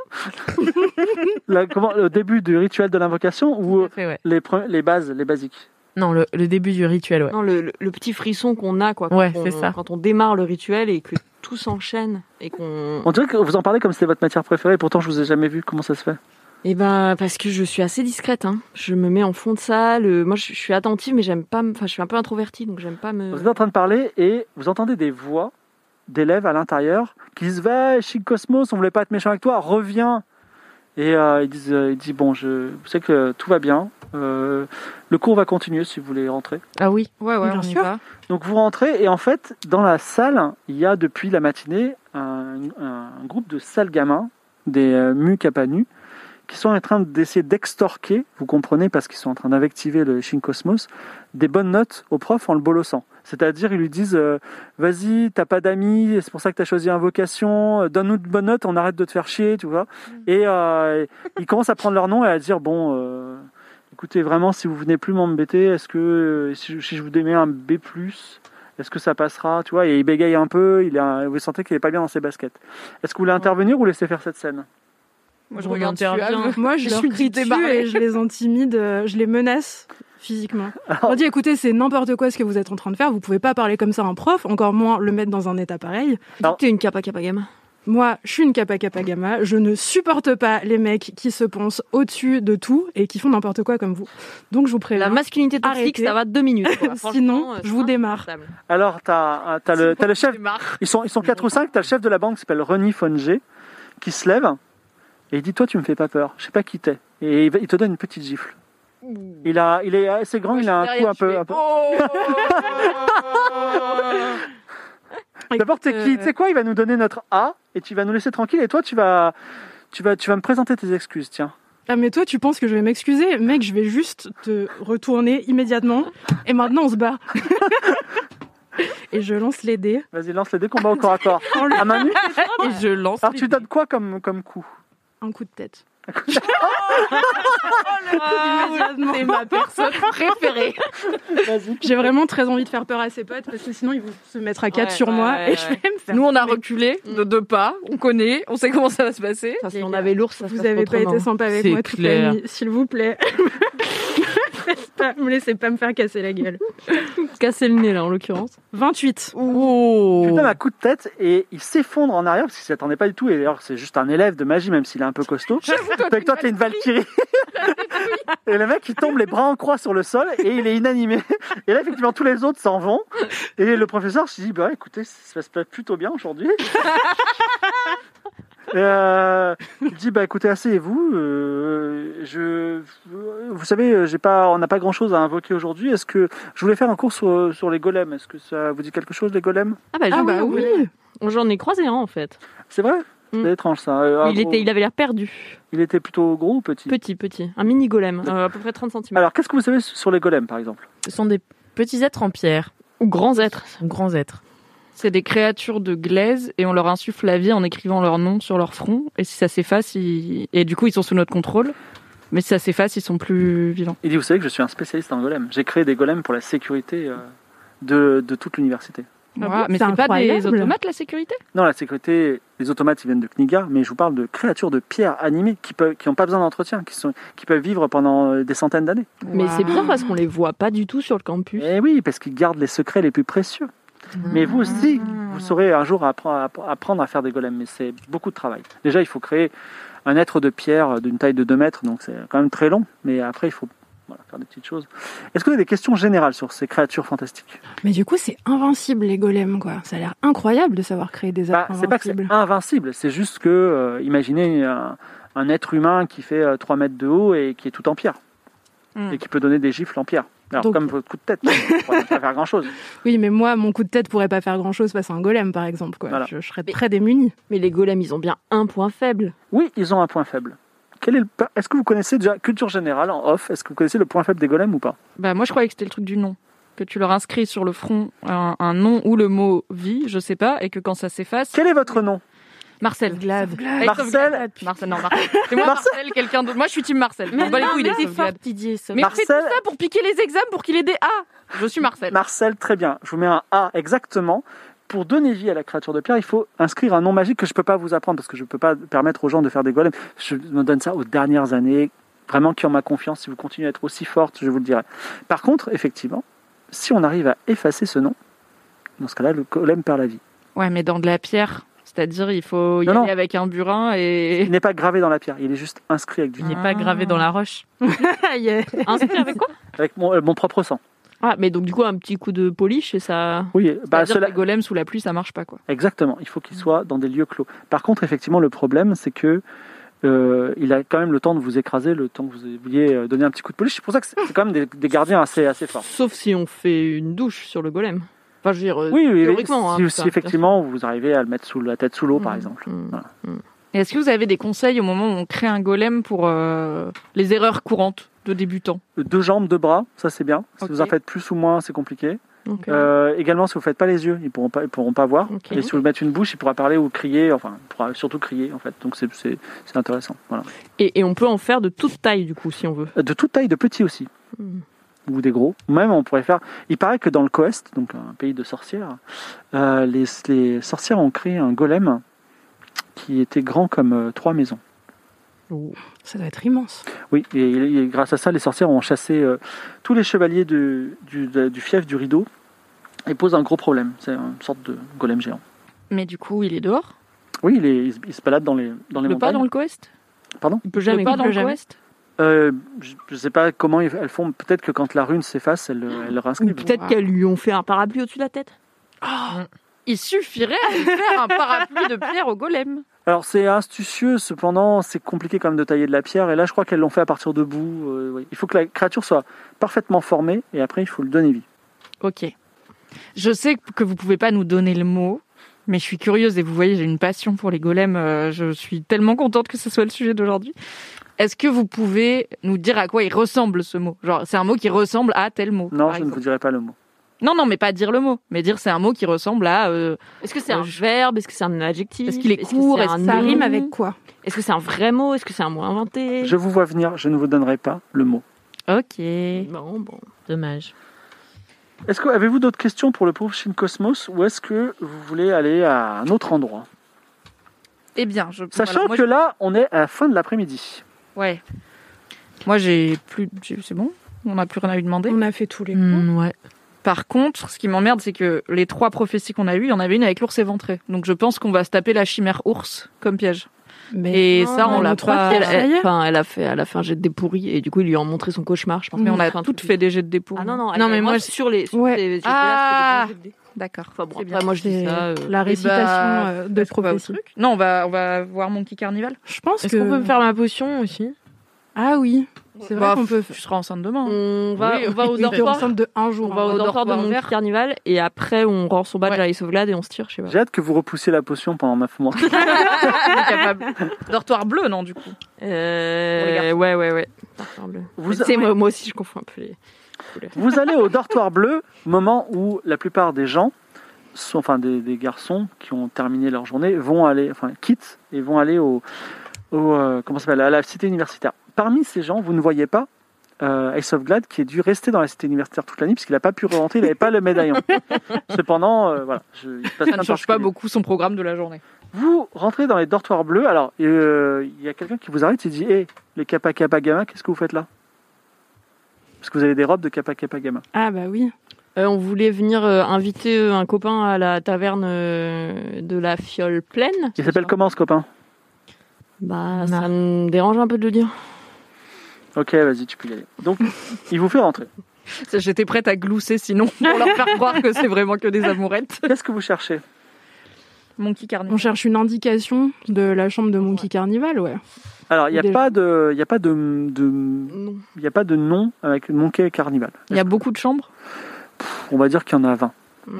S2: la- comment le début du rituel de l'invocation ou
S6: Après, ouais.
S2: les pre- les bases, les basiques.
S6: Non, le, le début du rituel, ouais.
S7: Non, le, le- le petit frisson qu'on a, quoi.
S6: Ouais,
S7: quand on-
S6: c'est ça.
S7: Quand on démarre le rituel et que tout s'enchaîne et qu'on.
S2: On dirait que vous en parlez comme si c'était votre matière préférée. Pourtant, je vous ai jamais vu. Comment ça se fait
S7: Eh ben, parce que je suis assez discrète, hein. Je me mets en fond de salle. euh, Moi, je je suis attentive, mais j'aime pas. me- Enfin, je suis un peu introvertie, donc j'aime pas me.
S2: Vous êtes en train de parler et vous entendez des voix d'élèves à l'intérieur qui disent Va, Chic Cosmos, on voulait pas être méchant avec toi, reviens Et euh, ils disent, euh, il dit Bon, je vous savez que tout va bien, Euh, le cours va continuer si vous voulez rentrer.
S6: Ah oui.
S3: Ouais, ouais,
S4: Bien
S3: on y
S4: sûr.
S3: va.
S2: Donc vous rentrez et en fait, dans la salle, il y a depuis la matinée un, un groupe de sales gamins, des euh, mucs à pas nus, qui sont en train d'essayer d'extorquer, vous comprenez, parce qu'ils sont en train d'invectiver le Shin Cosmos, des bonnes notes au prof en le bolossant. C'est-à-dire, ils lui disent euh, Vas-y, t'as pas d'amis, c'est pour ça que t'as choisi invocation, euh, donne-nous de bonnes notes, on arrête de te faire chier, tu vois. Et euh, ils commencent à prendre leur nom et à dire Bon. euh, Écoutez, vraiment, si vous venez plus m'embêter, est-ce que euh, si je, si je vous démets un B+, Est-ce que ça passera Tu vois, et il bégaye un peu, il a, vous sentez qu'il est pas bien dans ses baskets. Est-ce que vous voulez intervenir ou laisser faire cette scène
S3: Moi, je regarde bien.
S4: Moi, je,
S3: Je
S4: leur
S3: suis
S4: crie dessus
S3: débarrée.
S4: et je les intimide, euh, je les menace physiquement. On dit écoutez, c'est n'importe quoi ce que vous êtes en train de faire, vous pouvez pas parler comme ça à un prof, encore moins le mettre dans un état pareil.
S7: T'es une kappa kappa gamma.
S4: Moi, je suis une kappa kappa gamma, je ne supporte pas les mecs qui se pensent au-dessus de tout et qui font n'importe quoi comme vous. Donc je vous
S7: La
S4: préviens.
S7: masculinité toxique,
S4: Arrêtez.
S7: ça va deux minutes. quoi.
S4: Sinon,
S7: Franchement, euh,
S4: je vous
S7: c'est
S4: démarre.
S7: insupportable.
S2: Alors, t'as as le, t'as le chef. Ils sont, ils sont 4 ou 5. T'as le chef de la banque qui s'appelle Ronnie Fongé qui se lève et il dit Toi, tu me fais pas peur. Je sais pas qui t'es. Et il va- il te donne une petite gifle. Il, a, il est assez grand, Oh, il a un coup un peu. un peu-
S7: Oh.
S2: D'abord, t'es qui Tu sais quoi Il va nous donner notre A et tu vas nous laisser tranquille. Et toi, tu vas, tu vas, tu vas me présenter tes excuses. Tiens.
S4: Ah mais toi tu penses que je vais m'excuser Mec je vais juste te retourner immédiatement et maintenant on se bat. et je lance les dés.
S2: Vas-y, lance les deux combats au corps à corps. À main nue
S6: Et je lance.
S2: Alors,
S6: les
S2: tu
S6: dés.
S2: donnes quoi comme, comme coup
S4: Un coup de tête.
S7: Oh,
S3: Immédiatement. C'est ma personne préférée.
S2: Vas-y.
S4: J'ai vraiment très envie de faire peur à ses potes parce que sinon ils vont se mettre à quatre
S7: Ouais,
S4: sur
S7: ouais,
S4: moi
S7: ouais,
S4: et je vais me faire.
S3: Nous, on a reculé de deux pas. On connaît. On sait comment ça va se passer.
S7: Ça, si on avait l'ours, ça se
S4: Vous
S7: passe
S4: avez pas
S7: autrement.
S4: été sympa avec
S6: C'est
S4: moi toute
S6: clair.
S4: la nuit, s'il vous plaît. Faites pas- me laissez pas me faire casser la gueule.
S7: casser le nez là en l'occurrence.
S4: 28.
S6: Oh.
S2: Tu lui donnes un coup de tête et il s'effondre en arrière parce qu'il s'y attendait pas du tout. Et d'ailleurs, c'est juste un élève de magie, même s'il est un peu costaud. Avec toi, t'es une Valkyrie. et le mec, il tombe les bras en croix sur le sol et il est inanimé. Et là, effectivement, tous les autres s'en vont. Et le professeur se dit Bah écoutez, ça se passe plutôt bien aujourd'hui. Euh, il dit bah écoutez asseyez-vous euh, je vous savez j'ai pas on n'a pas grand chose à invoquer aujourd'hui est-ce que je voulais faire un cours sur, sur les golems est-ce que ça vous dit quelque chose les golems
S7: Ah bah,
S4: Ah
S7: oui,
S4: bah oui.
S7: oui. J'en ai croisé un en fait.
S2: c'est vrai
S7: Mm.
S2: c'est étrange ça
S6: Ah,
S2: Euh, un
S7: il,
S2: gros-
S7: était, il avait l'air perdu.
S2: il était plutôt gros ou petit
S7: Petit, petit. Un mini golem. euh, à peu près 30 cm.
S2: alors qu'est-ce que vous savez sur les golems par exemple
S6: Ce sont des petits êtres en pierre,
S3: Ou grands êtres.
S6: grands êtres.
S3: C'est des créatures de glaise et on leur insuffle la vie en écrivant leur nom sur leur front. Et si ça s'efface, ils... et du coup, ils sont sous notre contrôle. Mais si ça s'efface, ils sont plus vivants.
S2: Il dit, vous savez que je suis un spécialiste en golem. J'ai créé des golems pour la sécurité euh, de, de toute l'université.
S3: Voilà.
S4: bon
S3: mais
S4: C'est
S3: c'est pas des
S4: incroyable.
S3: automates, la sécurité
S2: Non, la sécurité, les automates, ils viennent de Kniga, mais je vous parle de créatures de pierre animées qui peuvent, qui n'ont pas besoin d'entretien, qui, sont, qui peuvent vivre pendant euh, des centaines d'années.
S7: Mais c'est bien parce qu'on les voit pas du tout sur le campus.
S2: Eh oui, parce qu'ils gardent les secrets les plus précieux. Mais vous aussi, vous saurez un jour appre- appre- apprendre à faire des golems, mais c'est beaucoup de travail. Déjà, il faut créer un être de pierre euh, d'une taille de 2 mètres, donc c'est quand même très long, mais après, il faut voilà, faire des petites choses. Est-ce que vous avez des questions générales sur ces créatures fantastiques
S4: Mais du coup c'est invincible les golems quoi. Ça a l'air incroyable de savoir créer des
S2: Bah,
S4: êtres
S2: C'est pas que
S4: invincibles.
S2: c'est invincible, c'est juste que, euh, imaginez un, un être humain qui fait euh, 3 mètres de haut et qui est tout en pierre,
S3: Mm.
S2: et qui peut donner des gifles en pierre. Alors,
S4: Hmm. Donc-
S2: comme votre coup de tête, on pourrait pas faire grand-chose.
S4: Oui, mais moi, mon coup de tête pourrait pas faire grand chose face à un golem, par exemple. Quoi.
S2: Voilà.
S4: Je, je serais très démunie.
S7: Mais les golems, ils ont bien un point faible.
S2: Oui, ils ont un point faible. Quel est le pa- Est-ce que vous connaissez déjà culture générale en off Est-ce que vous connaissez le point faible des golems ou pas
S3: Bah, moi, je croyais que c'était le truc du nom. Que tu leur inscris sur le front un, un nom ou le mot vie, je sais pas, et que quand ça s'efface.
S2: Quel est votre nom
S3: Marcel.
S6: Glaive.
S3: Allez,
S2: Ah, Marcel.
S3: sauvegarde. Marcel, non, Marcel. C'est moi,
S2: Marcel.
S3: Marcel, quelqu'un d'autre. Moi, je suis team Marcel.
S6: Mais
S3: on
S7: Ah, bah,
S3: bat les
S6: non,
S3: couilles des
S6: mais
S3: sauvegardes.
S6: fort, Didier. ça.
S3: Mais
S2: Marcel.
S3: je fais tout ça pour piquer les examens pour qu'il ait des A. Je suis Marcel.
S2: Marcel, très bien. Je vous mets un A exactement. Pour donner vie à la créature de pierre, il faut inscrire un nom magique que je ne peux pas vous apprendre parce que je ne peux pas permettre aux gens de faire des golems. Je me donne ça aux dernières années. Vraiment, qui ont ma confiance, si vous continuez à être aussi forte, je vous le dirai. Par contre, effectivement, si on arrive à effacer ce nom, dans ce cas-là, le golem perd la vie.
S3: Ouais, mais dans de la pierre. C'est-à-dire, il faut y
S2: Non,
S3: aller
S2: non.
S3: avec un burin
S2: Il
S3: et. Ah.
S2: n'est pas gravé dans la pierre, il est juste inscrit avec du
S6: Il n'est pas gravé dans la roche.
S4: Aïe, aïe.
S7: Inscrit avec quoi
S2: avec mon, euh, mon propre sang.
S7: Ah, mais donc du coup, un petit coup de polish et ça.
S2: Oui, bah,
S3: C'est-à-dire que
S2: cela,
S3: les golems sous la pluie, ça marche pas, quoi.
S2: Exactement, il faut qu'il soit dans des lieux clos. Par contre, effectivement, le problème, c'est que euh, il a quand même le temps de vous écraser, le temps que vous ayez euh, donné un petit coup de polish. C'est pour ça que c'est c'est quand même des, des gardiens assez, assez forts.
S7: Sauf si on fait une douche sur le golem. Enfin, je veux dire. euh,
S2: Oui, oui, oui. Si,
S7: Théoriquement, hein,
S2: si
S7: putain.
S2: effectivement vous arrivez à le mettre sous la tête sous l'eau, par
S3: Mm.
S2: exemple.
S7: hmm.
S2: Voilà.
S3: Et Est-ce que vous avez des conseils au moment où on crée un golem pour euh, les erreurs courantes de débutants
S2: Deux jambes, deux bras, ça c'est bien. Si
S3: Ok.
S2: vous en faites plus ou moins, c'est compliqué.
S7: Ok.
S2: Euh, également, si vous ne faites pas les yeux, ils ne pourront pas, ils pourront pas voir.
S7: Ok.
S2: Et si vous lui mettez une bouche, il pourra parler ou crier, enfin, il pourra surtout crier en fait. Donc c'est- c'est c'est intéressant. Voilà.
S7: Et, et on peut en faire de toute taille du coup, si on veut. Hmm.
S2: De toute taille, de petit aussi. ou des gros. Même on pourrait faire. Il paraît que dans le Coest, donc un pays de sorcières, euh, les, les sorcières ont créé un golem qui était grand comme euh, trois maisons.
S4: Ça doit être immense.
S2: Oui, et, et grâce à ça, les sorcières ont chassé euh, tous les chevaliers du, du, de- du fief du rideau et posent un gros problème. C'est une sorte de golem géant.
S3: Mais du coup, il est dehors.
S2: Oui, il, est- il se- il se balade dans les, dans les
S3: Le pas
S2: montagnes.
S3: dans le Coest.
S2: Pardon
S3: Il peut jamais.
S4: Le
S3: pas
S4: pas
S3: dans
S4: dans
S3: le
S4: le
S3: Coest.
S2: Euh, je ne sais pas comment elles elles font. Peut-être que quand la rune s'efface, elles le- elles le réinscrivent.
S7: Peut-être qu'elles lui ont fait un parapluie au-dessus de la tête.
S3: Il suffirait de faire un parapluie de pierre au golem.
S2: Alors c'est astucieux, cependant c'est compliqué quand même de tailler de la pierre. Et là je crois qu'elles l'ont fait à partir de boue. euh, oui. Il faut que la créature soit parfaitement formée et après il faut le donner vie.
S3: Ok. Je sais que vous pouvez pas nous donner le mot, mais je suis curieuse et vous voyez, j'ai une passion pour les golems. euh, Je suis tellement contente que ce soit le sujet d'aujourd'hui. Est-ce que vous pouvez nous dire à quoi il ressemble ce mot Genre, c'est un mot qui ressemble à tel mot.
S2: Non,
S3: par
S2: je ne
S3: exemple.
S2: vous dirai pas le mot.
S3: non, non, mais pas dire le mot, mais dire c'est un mot qui ressemble à. euh,
S7: Est-ce que c'est
S3: Euh,
S7: un verbe Est-ce que c'est un adjectif
S3: Est-ce qu'il est
S7: que
S3: court
S7: c'est
S3: Est-ce
S7: un
S3: que
S4: Ça
S7: nom
S4: rime avec quoi
S7: Est-ce que c'est un vrai mot Est-ce que c'est un mot inventé
S2: Je vous vois venir, je ne vous donnerai pas le mot.
S3: Ok.
S7: Bon, bon.
S6: Dommage.
S2: Est-ce que avez-vous d'autres questions pour le pauvre Shin Cosmos ou est-ce que vous voulez aller à un autre endroit
S3: Eh bien, je.
S2: Sachant
S3: voilà, moi,
S2: que là on est à la fin de l'après-midi.
S3: je- ouais. Moi, j'ai plus. j'ai- C'est bon. On n'a plus rien à lui demander.
S4: On a fait tous les coups.
S6: Hmm, ouais.
S3: Par contre, ce qui m'emmerde, c'est que les trois prophéties qu'on a eues, il y en avait une avec l'ours éventré. Donc je pense qu'on va se taper la chimère ours comme piège.
S4: Mais
S3: Et ça,
S4: non, mais
S3: on
S4: nos
S3: l'a
S4: trois
S3: pas.
S4: pièges,
S7: Elle,
S4: ça y
S7: elle-
S4: est.
S7: enfin, elle a fait, elle a fait un jet de dépourri et du coup, ils lui ont montré son cauchemar, je pense. Mmh.
S3: Mais on
S7: Ou
S3: a
S7: un
S3: toutes
S7: truc.
S3: fait des jets de dépôt.
S7: Ah non, non,
S6: Non, mais moi, je-
S7: sur les. Sur
S4: Ouais.
S7: les- j'ai
S3: Ah.
S7: fait des jets de dés.
S3: D'accord.
S7: Enfin, bon,
S3: C'est bien.
S7: après, moi, je dis
S4: C'est
S7: ça. euh,
S4: La récitation
S3: bah,
S4: euh, de
S3: qu'on va au
S4: prophétie.
S3: Non, on va, on va voir Monkey Carnival.
S4: Je pense
S6: Est-ce qu'on peut
S4: que.
S6: me faire ma potion aussi
S4: Ah oui, c'est vrai
S3: Bah,
S4: qu'on peut. Mm.
S3: Tu seras enceinte demain.
S7: On va,
S3: Oui,
S7: on va au
S4: Ils étaient
S7: dortoir.
S4: ensemble de un
S7: On
S4: jour.
S7: va
S4: hein.
S7: au dortoir de
S3: dortoir
S7: mon
S3: vert.
S7: carnival et après, on rend son badge
S3: Ouais.
S7: à la sauvegarde et on se tire, je sais pas.
S2: J'ai hâte que vous repoussiez la potion pendant 9 mois.
S3: On est Ah, capable. Dortoir bleu, non, du coup. Pour les
S7: Euh,
S3: garçons.
S7: ouais, ouais, ouais. Dortoir bleu.
S2: Vous-
S7: Tu sais, moi, moi aussi, je confonds un peu les.
S2: Vous allez au dortoir bleu, moment où la plupart des gens, sont, enfin des, des garçons qui ont terminé leur journée, vont aller, enfin quittent et vont aller au, au, euh, comment ça s'appelle, à la cité universitaire. Parmi ces gens, vous ne voyez pas euh, Ace of Glad qui est dû rester dans la cité universitaire toute la nuit parce qu'il n'a pas pu rentrer, il n'avait pas le médaillon. Cependant, euh, voilà, je, il se passe
S3: Ça
S2: rien
S3: ne
S2: de
S3: change pas
S2: particulier.
S3: beaucoup son programme de la journée.
S2: Vous rentrez dans les dortoirs bleus. Alors, euh, il y a quelqu'un qui vous arrête et dit Hé, les Kappa Kappa Gamma, qu'est-ce que vous faites là Parce que vous avez des robes de Kappa Kappa Gamma.
S4: Ah bah oui.
S7: Euh, on voulait venir euh, inviter euh, un copain à la taverne euh, de la fiole pleine.
S2: Il s'appelle comment ce copain
S7: Bah, ça me dérange un peu de le dire.
S2: Ok, vas-y, tu peux y aller. Donc, il vous fait rentrer.
S3: Ça, J'étais prête à glousser sinon pour leur faire croire que c'est vraiment que des amourettes.
S2: Qu'est-ce que vous cherchez
S3: Monkey
S4: On
S3: Carnival.
S4: cherche une indication de la chambre de Monkey Carnival, ouais.
S2: Alors, il n'y a,
S4: Déjà.
S2: pas de, il y a pas de, de-
S7: Non.
S2: il y a pas de nom avec Monkey Carnival.
S3: Il y a beaucoup de chambres.
S2: On va dire qu'il y en a 20.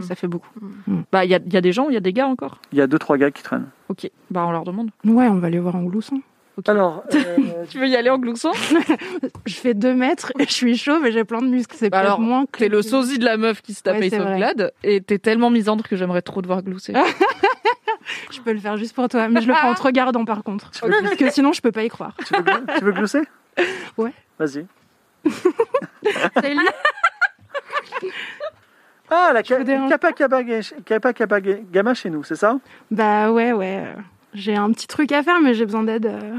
S3: Ça fait beaucoup.
S4: Mm.
S3: Bah, il y a, il y a des gens, il y a des gars encore.
S2: Il y a 2-3 gars qui traînent.
S3: Ok. Bah, on leur demande.
S4: Ouais, on va les voir en gloussant.
S2: Alors, euh,
S3: Tu veux y aller en gloussant
S4: Je fais 2 mètres et je suis chauve et j'ai plein de muscles. C'est
S3: Bah alors,
S4: peut-être moins que.
S3: T'es le sosie de la meuf qui se tapait
S4: Ouais,
S3: et
S4: c'est vrai.
S3: sauveglade et t'es tellement misandre que j'aimerais trop te voir glousser.
S7: Ah.
S4: Je peux le faire juste pour toi, mais je le prends en te regardant par contre. Parce que sinon, je peux pas y croire.
S2: tu, veux, gl- tu veux glousser
S4: Ouais.
S2: Vas-y.
S3: Salut.
S2: Ah, la
S4: Je
S2: ca-
S4: vous dérange
S2: Kappa Kappa Ga- Kappa Kappa Ga- Gamma chez nous, c'est ça
S4: Bah ouais, ouais. euh, J'ai un petit truc à faire, mais j'ai besoin d'aide euh,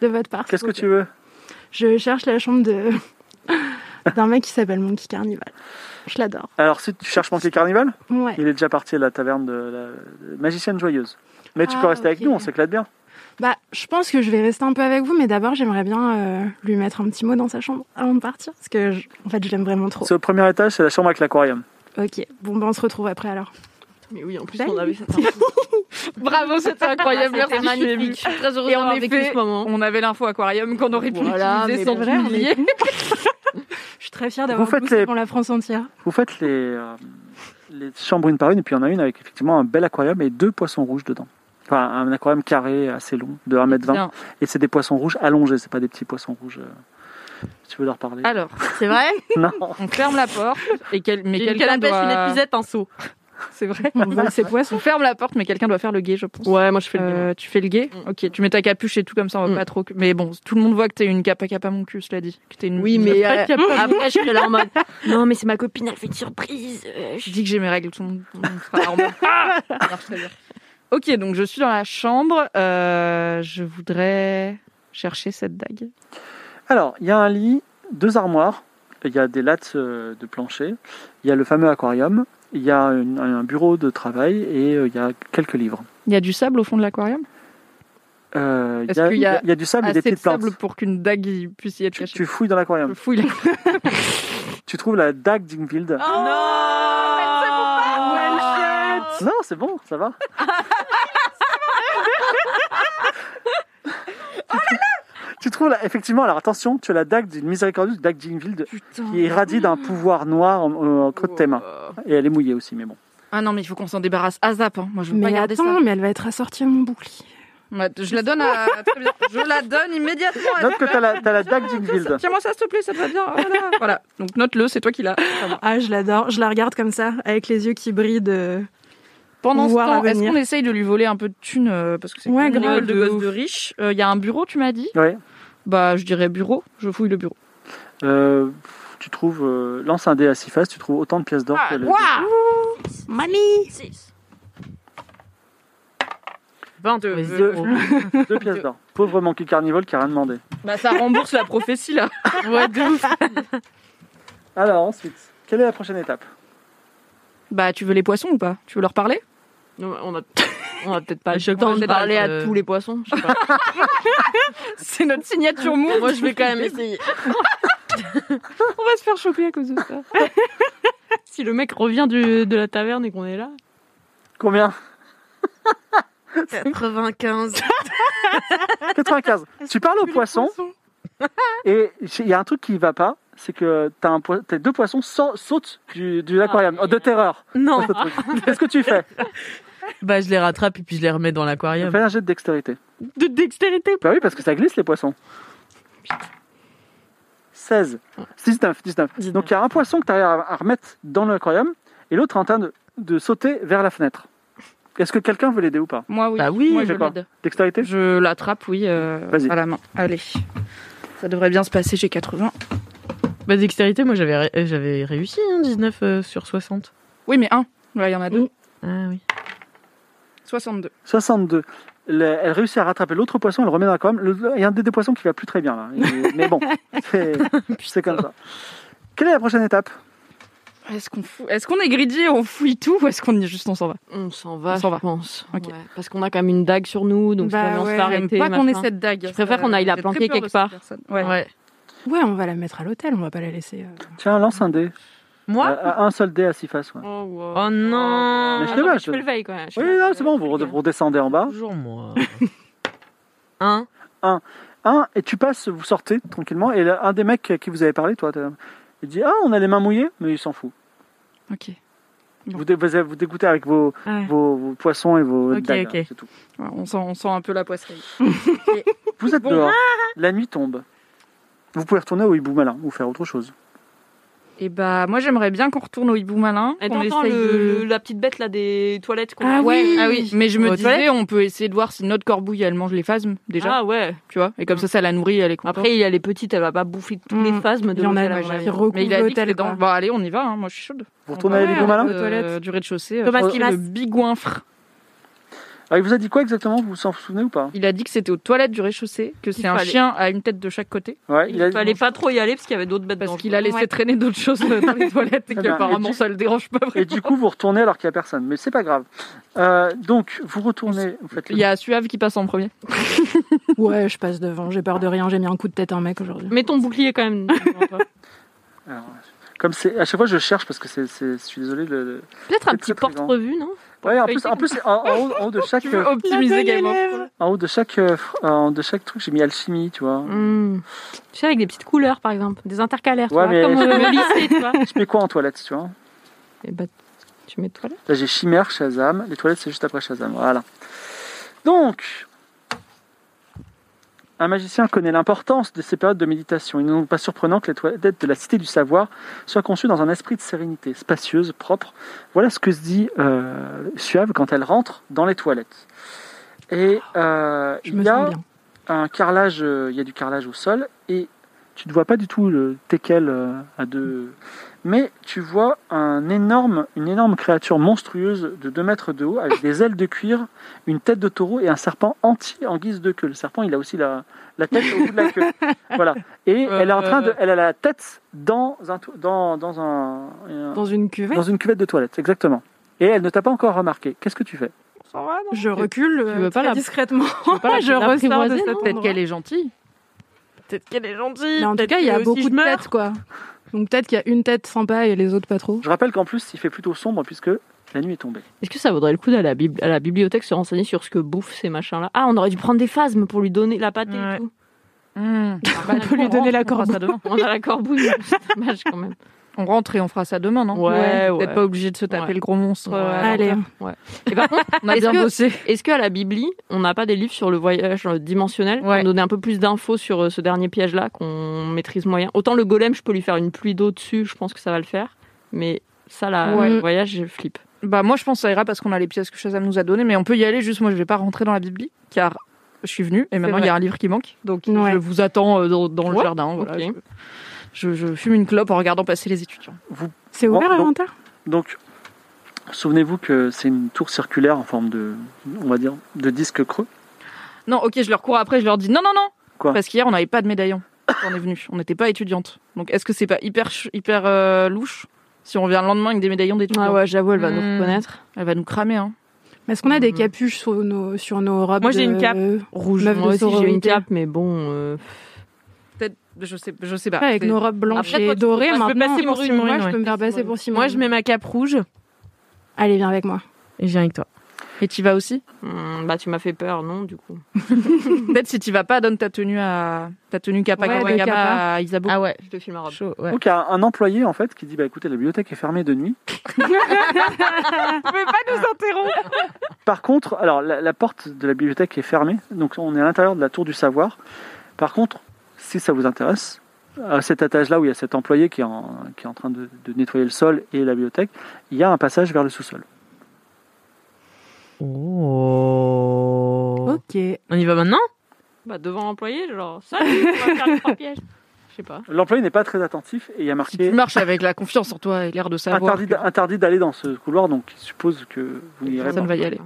S4: de votre part.
S2: Qu'est-ce
S4: s'il
S2: que
S4: vous
S2: tu veux
S4: plaît. Je cherche la chambre de d'un mec qui s'appelle Monkey Carnival. Je l'adore.
S2: Alors, si tu cherches Monkey Carnival,
S4: Ouais.
S2: il est déjà parti à la taverne de la de magicienne joyeuse. Mais tu
S4: Ah,
S2: peux rester avec
S4: ok.
S2: nous, on s'éclate bien.
S4: Bah, je pense que je vais rester un peu avec vous, mais d'abord, j'aimerais bien euh, lui mettre un petit mot dans sa chambre avant de partir, parce que, je- en fait, je l'aime vraiment trop.
S2: C'est au premier étage, c'est la chambre avec l'aquarium.
S4: Ok. Bon, bah, on se retrouve après alors.
S7: Mais Bah oui, en plus,
S4: Salut.
S7: on avait cette
S3: Bravo, c'était incroyable.
S7: C'était
S3: Merci, je suis
S7: magnifique.
S3: émue.
S7: Je suis très heureuse
S3: Et en
S7: d'avoir vécu
S3: effet,
S7: ce moment.
S3: On avait l'info aquarium qu'on aurait pu
S7: Voilà,
S3: utiliser
S7: mais
S3: sans
S7: bon.
S3: vrai, l'oublier.
S4: Je suis très fière d'avoir
S2: Vous faites
S4: bossé
S2: les-
S4: pour la France entière.
S2: Vous faites les, euh, les chambres une par une, et puis il y en a une avec effectivement un bel aquarium et deux poissons rouges dedans. Enfin, un aquarium carré assez long, de 1m20.
S3: Bien.
S2: Et c'est des poissons rouges allongés, c'est pas des petits poissons rouges. euh, si tu veux leur
S4: Ah.
S2: parler
S3: Alors,
S6: C'est vrai
S2: Non
S3: on ferme la porte et quel, mais
S6: Une
S3: quelqu'un
S6: canne à pêche,
S3: doit...
S6: une épuisette, un seau.
S3: c'est vrai.
S4: On vole ses poissons.
S3: On ferme la porte, mais quelqu'un doit faire le guet, je pense.
S7: Ouais, moi je fais le
S3: Euh, tu fais le guet Ok, tu mets ta capuche et tout, comme ça on va
S7: Mm.
S3: pas trop. Mais bon, tout le monde voit que t'es une capa capa mon cul, cela dit. Que t'es une...
S7: Oui, mais euh,
S4: Pas qu'il y a pas-
S7: après, je serai là en mode Non, mais c'est ma copine, elle fait une surprise. euh,
S3: Je
S7: je-
S3: dis que j'ai mes règles, tout le monde, tout le monde sera en mode, Ah Ça marche très bien. Ok, donc je suis dans la chambre. euh, je voudrais chercher cette dague.
S2: Alors, il y a un lit, deux armoires, il y a des lattes euh, de plancher, il y a le fameux aquarium, il y a une- un bureau de travail et euh, il y a quelques livres.
S3: Il y a du sable au fond de l'aquarium
S2: Euh, il,
S3: Est-ce
S2: y a,
S3: qu'il y a
S2: il y a du sable et
S3: Assez
S2: des
S3: de
S2: petites plantes.
S3: sable pour qu'une dague y puisse y être
S2: Tu,
S3: cachée.
S2: tu fouilles dans
S3: Je
S2: l'aquarium.
S3: fouille la-
S4: Oh,
S2: Tu trouves la dague d'Ingvild.
S3: Oh.
S2: Non, c'est bon, ça va.
S3: Oh
S2: Tu trouves là, effectivement, alors attention, tu as la dague d'une miséricordieuse dague d'Ingvild qui irradie d'un pouvoir noir en- en- au creux de tes mains. Et elle est mouillée aussi, mais bon.
S3: Ah non, mais il faut qu'on s'en débarrasse à zap. Hein. Moi, je veux pas
S4: Mais
S3: garder
S4: attends,
S3: ça.
S4: mais elle va être assortie à mon bouclier.
S3: Ouais, Je la donne à. très bien. Je la donne immédiatement à
S2: Note que
S3: Zap.
S2: t'as la, t'as la dague d'Ingvild.
S3: Tiens-moi ça, s'il te plaît, ça te va bien. Voilà. Voilà. Donc note-le, c'est toi qui l'as.
S4: Ah, je l'adore. Je la regarde comme ça, avec les yeux qui brillent de...
S3: Pendant ce
S4: Voir à
S3: temps, est-ce
S4: venir.
S3: qu'on essaye de lui voler un peu de thunes euh, Parce que c'est
S4: Ouais,
S3: une
S4: grave,
S3: école de
S4: de
S3: gosse
S4: ouf.
S3: de riche. Il y a un bureau, tu m'as dit
S2: Ouais.
S3: Bah, je dirais bureau. Je fouille le bureau.
S2: Euh, tu trouves, euh, lance un dé à six faces, tu trouves autant de pièces
S3: Ah,
S2: d'or que le.
S4: Mamie
S6: Ben,
S3: Deux.
S6: trouver
S2: Deux,
S6: zéro.
S2: deux pièces d'or. Pauvre monkey carnivore qui a rien demandé.
S3: Bah, ça rembourse la prophétie, là.
S2: Alors ensuite, quelle est la prochaine étape
S3: Bah, tu veux les poissons ou pas Tu veux leur parler
S7: Non, mais on a, on a peut-être pas
S6: Je
S7: le temps
S6: pense
S7: de
S6: pas
S7: parler
S6: que-
S7: à tous les poissons. Je sais pas.
S3: C'est notre signature move.
S7: Moi, je vais quand même essayer.
S3: On va se faire choper à cause de ça.
S7: Si le mec revient du- de la taverne et qu'on est là.
S2: Combien
S6: 95.
S2: 95. tu parles aux poissons et il y a un truc qui va pas, c'est que t'as un poi- t'as deux poissons sa- sautent du, de l'aquarium de terreur.
S6: Non.
S2: Qu'est-ce que tu fais
S6: Bah, je les rattrape et euh, puis je les remets dans
S2: Fais
S6: l'aquarium.
S2: un jet de dextérité.
S7: De dextérité.
S2: Bah oui, parce que ça glisse les poissons. 16. 19, 19. Donc il y a un poisson que tu arrives à à remettre dans l'aquarium et l'autre est en train de, de sauter vers la fenêtre. Est-ce que quelqu'un veut l'aider ou pas
S3: Moi, oui.
S6: Bah oui,
S3: Moi,
S2: je
S3: je
S2: sais pas.
S3: l'aide.
S2: Dextérité
S3: Je l'attrape, oui, euh,
S2: Vas-y.
S3: à la main. Allez. Ça devrait bien se passer, j'ai 80.
S6: Bah, dextérité, moi j'avais ré- euh, j'avais réussi, hein, 19 euh, sur 60.
S3: Oui, mais un. Là, il y en a
S4: Mmh.
S3: deux.
S6: Ah oui.
S3: 62.
S2: 62. Le- elle réussit à rattraper l'autre poisson, elle le remet dans l'aquarium. Le- le- Il y a un des deux poissons qui va plus très bien là. Et- mais bon, c'est c'est comme ça. Quelle est la prochaine étape
S3: Est-ce qu'on fou- est-ce qu'on est greedy, on fouille tout ou est-ce qu'on y juste on s'en va
S7: On s'en va,
S3: On s'en
S7: je
S3: va.
S7: pense.
S3: Ok.
S7: Ouais, parce qu'on a quand même une dague sur nous, donc si
S4: Bah
S7: jamais on se
S4: ouais,
S7: fait
S3: J'aime
S7: arrêter.
S3: pas qu'on ait
S7: machin.
S3: cette dague. Je
S7: préfère qu'on aille la planquer quelque part.
S3: Ouais.
S6: Ouais.
S4: Ouais, on va la mettre à l'hôtel, on va pas la laisser... euh,
S2: Tiens, lance un dé.
S6: Moi
S2: Euh, un seul dé à six faces. ouais.
S7: Oh, wow.
S6: Oh non
S2: Mais je te
S7: Attends,
S2: lâche.
S7: mais je peux le veille quand même. je
S2: Oui,
S7: peux-
S2: non, c'est bon, vous rede- vous redescendez en bas.
S6: Toujours moi. Hein 1.
S2: Un, et tu passes, vous sortez tranquillement, et là, un des mecs à qui vous avez parlé, toi, t'as- il dit Ah, on a les mains mouillées, mais il s'en fout.
S3: Ok. Bon.
S2: Vous, dé- vous, vous dégoûtez avec vos,
S6: Ouais.
S2: vos, vos poissons et vos
S6: Ok,
S2: dagues, hein,
S6: ok.
S2: c'est tout.
S3: Ouais, on, sent, on sent un peu la poisserie.
S2: Vous êtes
S3: Bon.
S2: dehors, la nuit tombe. Vous pouvez retourner au hibou malin ou faire autre chose.
S3: Et bah, moi j'aimerais bien qu'on retourne au hibou malin.
S7: Attends,
S3: qu'on
S7: attends,
S3: essaye
S7: le-
S3: de-
S7: le- la petite bête là des toilettes qu'on
S4: Ah
S3: Ouais,
S4: oui.
S3: ah oui, mais je me
S6: Aux
S3: disais,
S6: toilettes.
S3: on peut essayer de voir si notre corbouille elle mange les phasmes déjà,
S7: Ah ouais.
S3: tu vois, et comme ça, ça la nourrit, elle est contente.
S7: Après, elle est petite, elle va pas bouffer tous les
S4: Mm.
S7: phasmes de
S4: Il y en a
S7: l'hôtel, à
S4: là,
S7: mon avis.
S4: qui
S3: mais
S4: recouvre
S3: il a dit que c'était
S4: l'hôtel.
S3: dans.
S4: quoi.
S3: Bon, allez, on y va, hein, moi je suis chaude.
S2: Vous
S3: On
S2: retournez
S3: va
S2: à l'hibou
S3: aller,
S2: malin
S3: euh, Du rez-de-chaussée. euh,
S6: Thomas
S3: je-
S6: Kimas.
S3: Le bigouinfre.
S2: Alors, Ah, il vous a dit quoi exactement Vous vous en souvenez ou pas
S3: Il a dit que c'était aux toilettes du rez-de-chaussée, que c'est un
S7: fallait-
S3: chien à une tête de chaque côté,
S2: Ouais,
S7: Il fallait pas trop y aller parce qu'il y avait d'autres bêtes
S3: parce
S7: dangereuses.
S3: qu'il a laissé traîner d'autres choses dans les toilettes et
S2: Eh ben, et
S3: qu'apparemment
S2: tu-
S3: ça le dérange pas
S2: Et
S3: vraiment.
S2: du coup, vous retournez alors qu'il n'y a personne. Mais c'est pas grave. Euh, donc, vous retournez. Vous faites le-
S3: Il y a Suave qui passe en premier.
S4: Ouais, je passe devant, j'ai peur de rien, j'ai mis un coup de tête à un mec aujourd'hui.
S7: Mets ton bouclier quand même.
S2: Alors, Ah, comme c'est à chaque fois, je cherche parce que c'est. c'est- Je suis désolé. Le... le-
S7: Peut-être un
S2: C'est
S7: petit
S2: très, très grand.
S7: porte-revue, non
S2: Ouais, en plus, en plus, en, en haut, en haut de chaque, euh,
S3: Optimiser Game of Thrones.
S2: en haut de chaque, euh, en haut de chaque truc, j'ai mis alchimie, tu vois.
S7: Mm. Tu sais, avec des petites couleurs, par exemple, des intercalaires, tu
S2: Ouais,
S7: vois,
S2: mais-
S7: comme euh, le lycée, tu vois.
S2: Je mets quoi en toilette, tu vois
S7: Et bah, tu mets toi là.
S2: Là, j'ai chimère, Shazam. Les toilettes, c'est juste après Shazam. Voilà. Donc, Un magicien connaît l'importance de ces périodes de méditation. Il n'est donc pas surprenant que les toilettes de la Cité du Savoir soient conçues dans un esprit de sérénité, spacieuse, propre. Voilà ce que se dit euh, Suave quand elle rentre dans les toilettes. Et euh,
S4: Je
S2: il
S4: me
S2: y a
S4: sens bien.
S2: un carrelage, euh, il y a du carrelage au sol et tu ne vois pas du tout le teckel euh, à deux, mais tu vois un énorme, une énorme créature monstrueuse de 2 mètres de haut avec des ailes de cuir, une tête de taureau et un serpent entier en guise de queue. Le serpent, il a aussi la, la tête au bout de la queue. Voilà. Et
S4: Euh,
S2: elle est en train de, elle a la tête dans un, to- dans, dans un, un-
S4: Dans une cuvette,
S2: dans une cuvette de toilette, exactement. Et elle ne t'a pas encore remarqué. Qu'est-ce que tu fais
S4: je recule euh,
S3: Tu veux pas
S4: très
S3: la-
S4: discrètement. je ressors de
S3: apprivoiser,
S4: cet
S3: non Peut-être
S4: endroit.
S3: qu'elle est gentille.
S6: Peut-être qu'elle est gentille.
S4: Mais en tout
S6: peut-être
S4: cas, il y a
S6: que si
S4: beaucoup
S6: je
S4: de
S6: meurs-
S4: têtes, quoi. Donc peut-être qu'il y a une tête sympa et les autres pas trop.
S2: Je rappelle qu'en plus, il fait plutôt sombre puisque la nuit est tombée.
S7: Est-ce que ça vaudrait le coup d'aller à la, bibli- à la bibliothèque se renseigner sur ce que bouffent ces machins-là Ah, on aurait dû prendre des phasmes pour lui donner la pâté
S6: Ouais.
S7: et Ah, bah, tout.
S3: on
S4: peut lui donner la
S3: on fera ça demain.
S7: On a la corbouille, c'est dommage quand même.
S3: On rentre et on fera ça demain, non
S7: Ouais,
S3: Vous
S7: ouais.
S3: n'êtes pas obligé de se taper
S7: Ouais.
S3: le gros monstre. euh,
S7: Ouais.
S3: à
S4: Allez,
S3: l'enfer.
S7: Et par contre,
S3: On a
S7: Est-ce
S3: bien
S7: que-
S3: bossé.
S7: est-ce qu'à la Bibli, on n'a pas des livres sur le voyage euh, dimensionnel
S3: Ouais.
S7: pour nous donner un peu plus d'infos sur euh, ce dernier piège-là qu'on maîtrise moyen Autant le golem, je peux lui faire une pluie d'eau dessus, je pense que ça va le faire. Mais ça, là,
S3: Ouais.
S7: le voyage, je flippe.
S3: Bah moi je pense que ça ira parce qu'on a les pièces que Shazam nous a données, mais on peut y aller. Juste moi je vais pas rentrer dans la bibli car je suis venue et maintenant il y a un livre qui manque, donc
S4: Ouais.
S3: je vous attends euh, dans, dans le
S7: Ouais,
S3: jardin. voilà.
S7: ok.
S3: je, je- je fume une clope en regardant passer les étudiants.
S4: c'est ouvert
S2: Bon,
S4: à
S2: donc-
S4: l'inventaire
S2: Donc, souvenez-vous que c'est une tour circulaire en forme de, on va dire, de disque creux.
S3: Non, ok, je leur cours après, je leur dis non non non,
S2: Quoi
S3: parce qu'hier on n'avait pas de médaillon. quand on est venu, on n'était pas étudiante. Donc est-ce que c'est pas hyper ch- hyper euh, louche si on revient le lendemain avec des médaillons d'étudiants
S7: Ah ouais, j'avoue, elle va nous
S3: Hmm.
S7: reconnaître.
S3: Elle va nous cramer hein.
S4: Mais Est-ce qu'on a des
S7: Hmm.
S4: capuches sur nos, sur nos robes
S6: Moi, j'ai
S4: de-
S6: une cape.
S7: Rouge,
S4: Meuf
S7: moi
S4: de
S7: aussi j'ai une
S4: sororité.
S7: cape, mais bon. euh,
S3: Peut-être, je sais, je sais pas.
S4: Ouais, avec
S3: C'est-
S4: nos robes blanches
S6: Après, toi,
S4: et
S6: tu
S4: dorées.
S6: peux- je peux
S4: maintenant,
S6: passer pour Simone,
S4: moi, je
S6: ouais.
S4: peux me faire passer pour Simone.
S6: Moi, je mets ma cape rouge
S4: Allez, viens avec moi.
S6: et je viens avec toi.
S3: Et tu vas aussi.
S7: hmm, bah, tu m'as fait peur, non, du coup.
S3: Peut-être si tu vas pas, donne ta tenue à ta tenue Kappa
S4: Ouais,
S3: Kappa
S4: de
S3: Gamma
S4: Kappa.
S3: à Isabeau.
S6: Ah ouais.
S7: Je te filme ma robe.
S6: Chaud, ouais.
S2: Donc, il y a un employé en fait qui dit bah écoutez, la bibliothèque est fermée de nuit.
S3: Vous pouvez pas nous interrompre.
S2: Par contre, alors la, la porte de la bibliothèque est fermée, donc on est à l'intérieur de la tour du savoir. Par contre, si ça vous intéresse, à cet étage-là où il y a cet employé qui est en, qui est en train de, de nettoyer le sol et la bibliothèque, il y a un passage vers le sous-sol.
S6: Oh.
S4: Ok.
S6: On y va maintenant
S7: Bah, devant l'employé, genre, ça, on va faire les trois pièges. Je sais pas.
S2: L'employé n'est pas très attentif et il y a
S3: Si tu
S2: marqué
S3: marches avec la confiance en toi et l'air de savoir,
S2: interdit, interdit d'aller dans ce couloir, donc il suppose que vous n'irez
S3: personne
S2: pas.
S3: va y aller.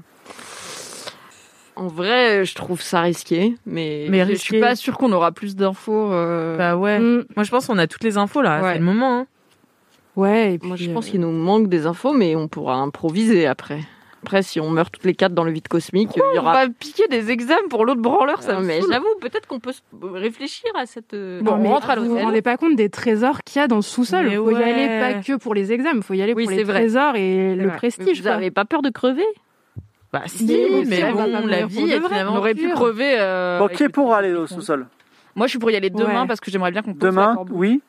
S7: En vrai, je trouve ça risqué, mais.
S6: Mais
S3: Je
S6: risqué.
S3: suis pas sûre qu'on aura plus d'infos. euh,
S6: Bah ouais.
S4: Hmm.
S6: Moi, je pense qu'on a toutes les infos là.
S3: Ouais.
S6: C'est le moment. hein.
S4: Ouais, et puis.
S7: Moi, je
S4: euh,
S7: pense qu'il nous manque des infos, mais on pourra improviser après. Après, si on meurt toutes les quatre dans le vide cosmique, il y
S3: On
S7: aura.
S3: va piquer des examens pour l'autre branleur, ça
S7: Non,
S3: me
S7: mais
S3: saoule.
S7: j'avoue, peut-être qu'on peut se- réfléchir à cette. euh,
S3: Bon,
S4: non,
S3: on
S4: mais
S3: rentre à
S4: Vous vous
S3: l'hôtel.
S4: rendez pas compte des trésors qu'il y a dans le sous-sol.
S6: Mais
S4: Faut y
S6: ouais.
S4: aller pas que pour les examens, faut y aller
S3: Oui,
S4: pour
S3: c'est
S4: les
S3: vrai.
S4: trésors et le
S3: vrai.
S7: mais
S4: prestige.
S7: vous
S4: quoi.
S7: n'avez pas peur de crever
S3: Ah,
S6: Bah si,
S4: mais
S6: mais
S4: ça, on va pas
S6: bon,
S4: mourir
S6: la
S4: pour
S6: vie
S4: de
S6: est
S4: vrai.
S6: finalement.
S3: On aurait pu
S4: aventure.
S3: crever. euh,
S2: Ok
S3: avec-
S2: pour aller au sous-sol.
S3: Moi, je suis pour y aller demain
S4: Ouais.
S3: parce que j'aimerais bien qu'on pose la
S2: Demain,
S3: corde.
S2: oui.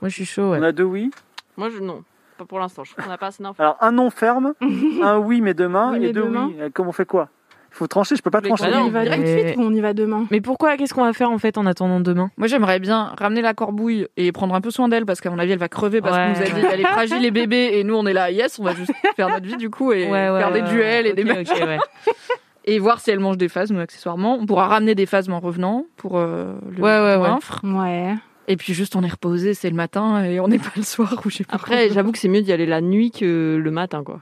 S6: Moi, je suis chaud. Ouais.
S2: On a deux oui.
S7: Moi, je. Non. Pas pour l'instant. Je trouve qu'on n'a pas assez d'infos.
S2: Alors un non ferme, un oui mais demain
S4: Oui,
S2: et
S4: mais
S2: deux
S4: demain.
S2: oui. Euh, Comment on fait quoi Il faut trancher, je peux pas
S3: Mais
S2: trancher.
S3: bah
S4: on
S3: non,
S4: y va tout de
S6: mais-
S4: suite ou on y va demain
S6: Mais pourquoi Qu'est-ce qu'on va faire en fait en attendant demain
S3: Moi, j'aimerais bien ramener la corbouille et prendre un peu soin d'elle parce qu'à mon avis, elle va crever parce qu'on
S6: Ouais.
S3: nous a dit elle est fragile et bébé et nous, on est là, yes, on va juste faire notre vie du coup et faire des duels et des
S6: Ok, ok, ouais.
S3: et voir si elle mange des phasmes accessoirement. On pourra ramener des phasmes en revenant pour euh, le
S6: Ouais, ouais, ouais.
S3: coiffre.
S4: Ouais.
S3: Et puis juste on est reposé, c'est le matin et on n'est pas le soir ou je sais pas.
S7: Après, j'avoue que c'est mieux d'y aller la nuit que le matin, quoi.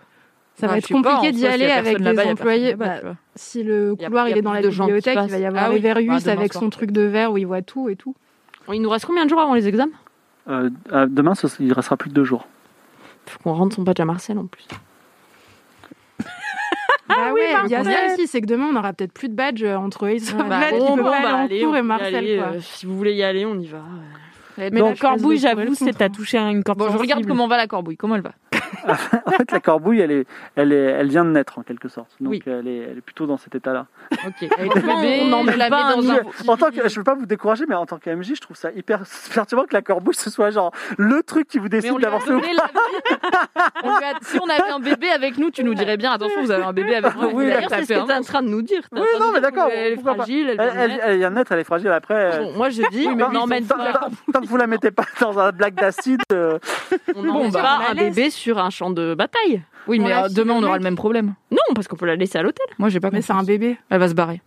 S3: Ah,
S4: Ça va
S3: je
S4: être
S3: sais pas, en
S4: compliqué d'y
S3: soi, s'il y
S4: aller
S3: a
S4: avec
S3: personne là-bas,
S4: des
S3: il y a personne
S4: employés.
S3: là-bas,
S4: Bah,
S3: tu vois.
S4: si le
S7: Y a-
S4: couloir
S7: y a
S4: il est dans la
S7: plus de gens qui
S4: bibliothèque, il
S7: passent.
S4: va y avoir
S3: Ah oui.
S4: Everius
S3: Ah, demain
S4: avec
S3: soir.
S4: son truc de verre où il voit tout et tout.
S7: Il nous reste combien de jours avant les examens
S2: Euh, euh, demain, ce- il restera plus de deux jours.
S7: Faut qu'on rende son badge à Marcel en plus.
S4: Ah ouais, il y a
S3: Marcel.
S4: ça aussi, c'est que demain on aura peut-être plus de badge euh, entre Isabelle
S3: bah,
S4: qui
S3: bon,
S4: peut
S3: bon,
S4: pas
S7: bah,
S4: aller en
S7: allez, on
S4: cours et
S7: peut y aller,
S4: Marcel quoi.
S7: euh, si vous voulez y aller, on y va.
S6: Mais
S4: Donc,
S6: la corbouille,
S4: je pense que je pourrais
S6: j'avoue,
S4: le
S6: c'est t'as
S4: comprendre.
S6: touché à une corde.
S3: Bon, je regarde
S6: sensible.
S3: comment va la corbouille, comment elle va.
S2: en fait, la corbouille, elle, est, elle, est, elle vient de naître en quelque sorte. Donc
S3: Oui.
S2: elle, est, elle est plutôt dans cet état-là.
S3: Ok.
S7: Comment on n'emmène pas un
S3: dans un.
S2: En tant que, je veux pas vous décourager, mais en tant que MJ, je trouve ça hyper perturbant que la corbouille ce soit genre le truc qui vous
S3: Mais on
S2: décide
S3: lui a
S2: d'avancer. ou
S3: donné la vie. On lui a- Si on avait un bébé avec nous, tu nous dirais bien attention, vous avez un bébé
S7: Ah
S3: avec moi.
S2: Oui,
S3: D'ailleurs,
S7: D'ailleurs,
S3: ça
S7: c'est
S3: fait
S7: ce
S3: hein.
S7: que
S3: un
S7: t'es en train de nous dire. T'es en
S2: Oui,
S7: train de
S2: non,
S7: nous
S2: mais
S7: dire
S2: d'accord,
S7: Elle est
S2: pourquoi pas.
S7: fragile, elle
S2: Elle, elle,
S7: vient de naître.
S2: elle vient de naître, elle est fragile. Après, euh,
S7: Bon, Moi, je dis,
S2: tant-
S7: on
S2: tant-
S7: n'emmène
S2: tant-
S7: pas,
S2: tant- Tant que vous la mettez pas dans un blague d'acide, euh,
S7: on n'emmène
S3: bah,
S7: pas
S3: on la
S7: un bébé sur un champ de bataille.
S3: Oui,
S4: On
S3: mais
S4: l'a
S3: euh,
S4: filé
S3: demain, on
S4: au
S3: aura
S4: mec.
S3: le même problème.
S7: Non, parce qu'on peut la laisser à l'hôtel.
S3: Moi, j'ai pas
S4: Mais c'est un bébé.
S3: Elle va se barrer.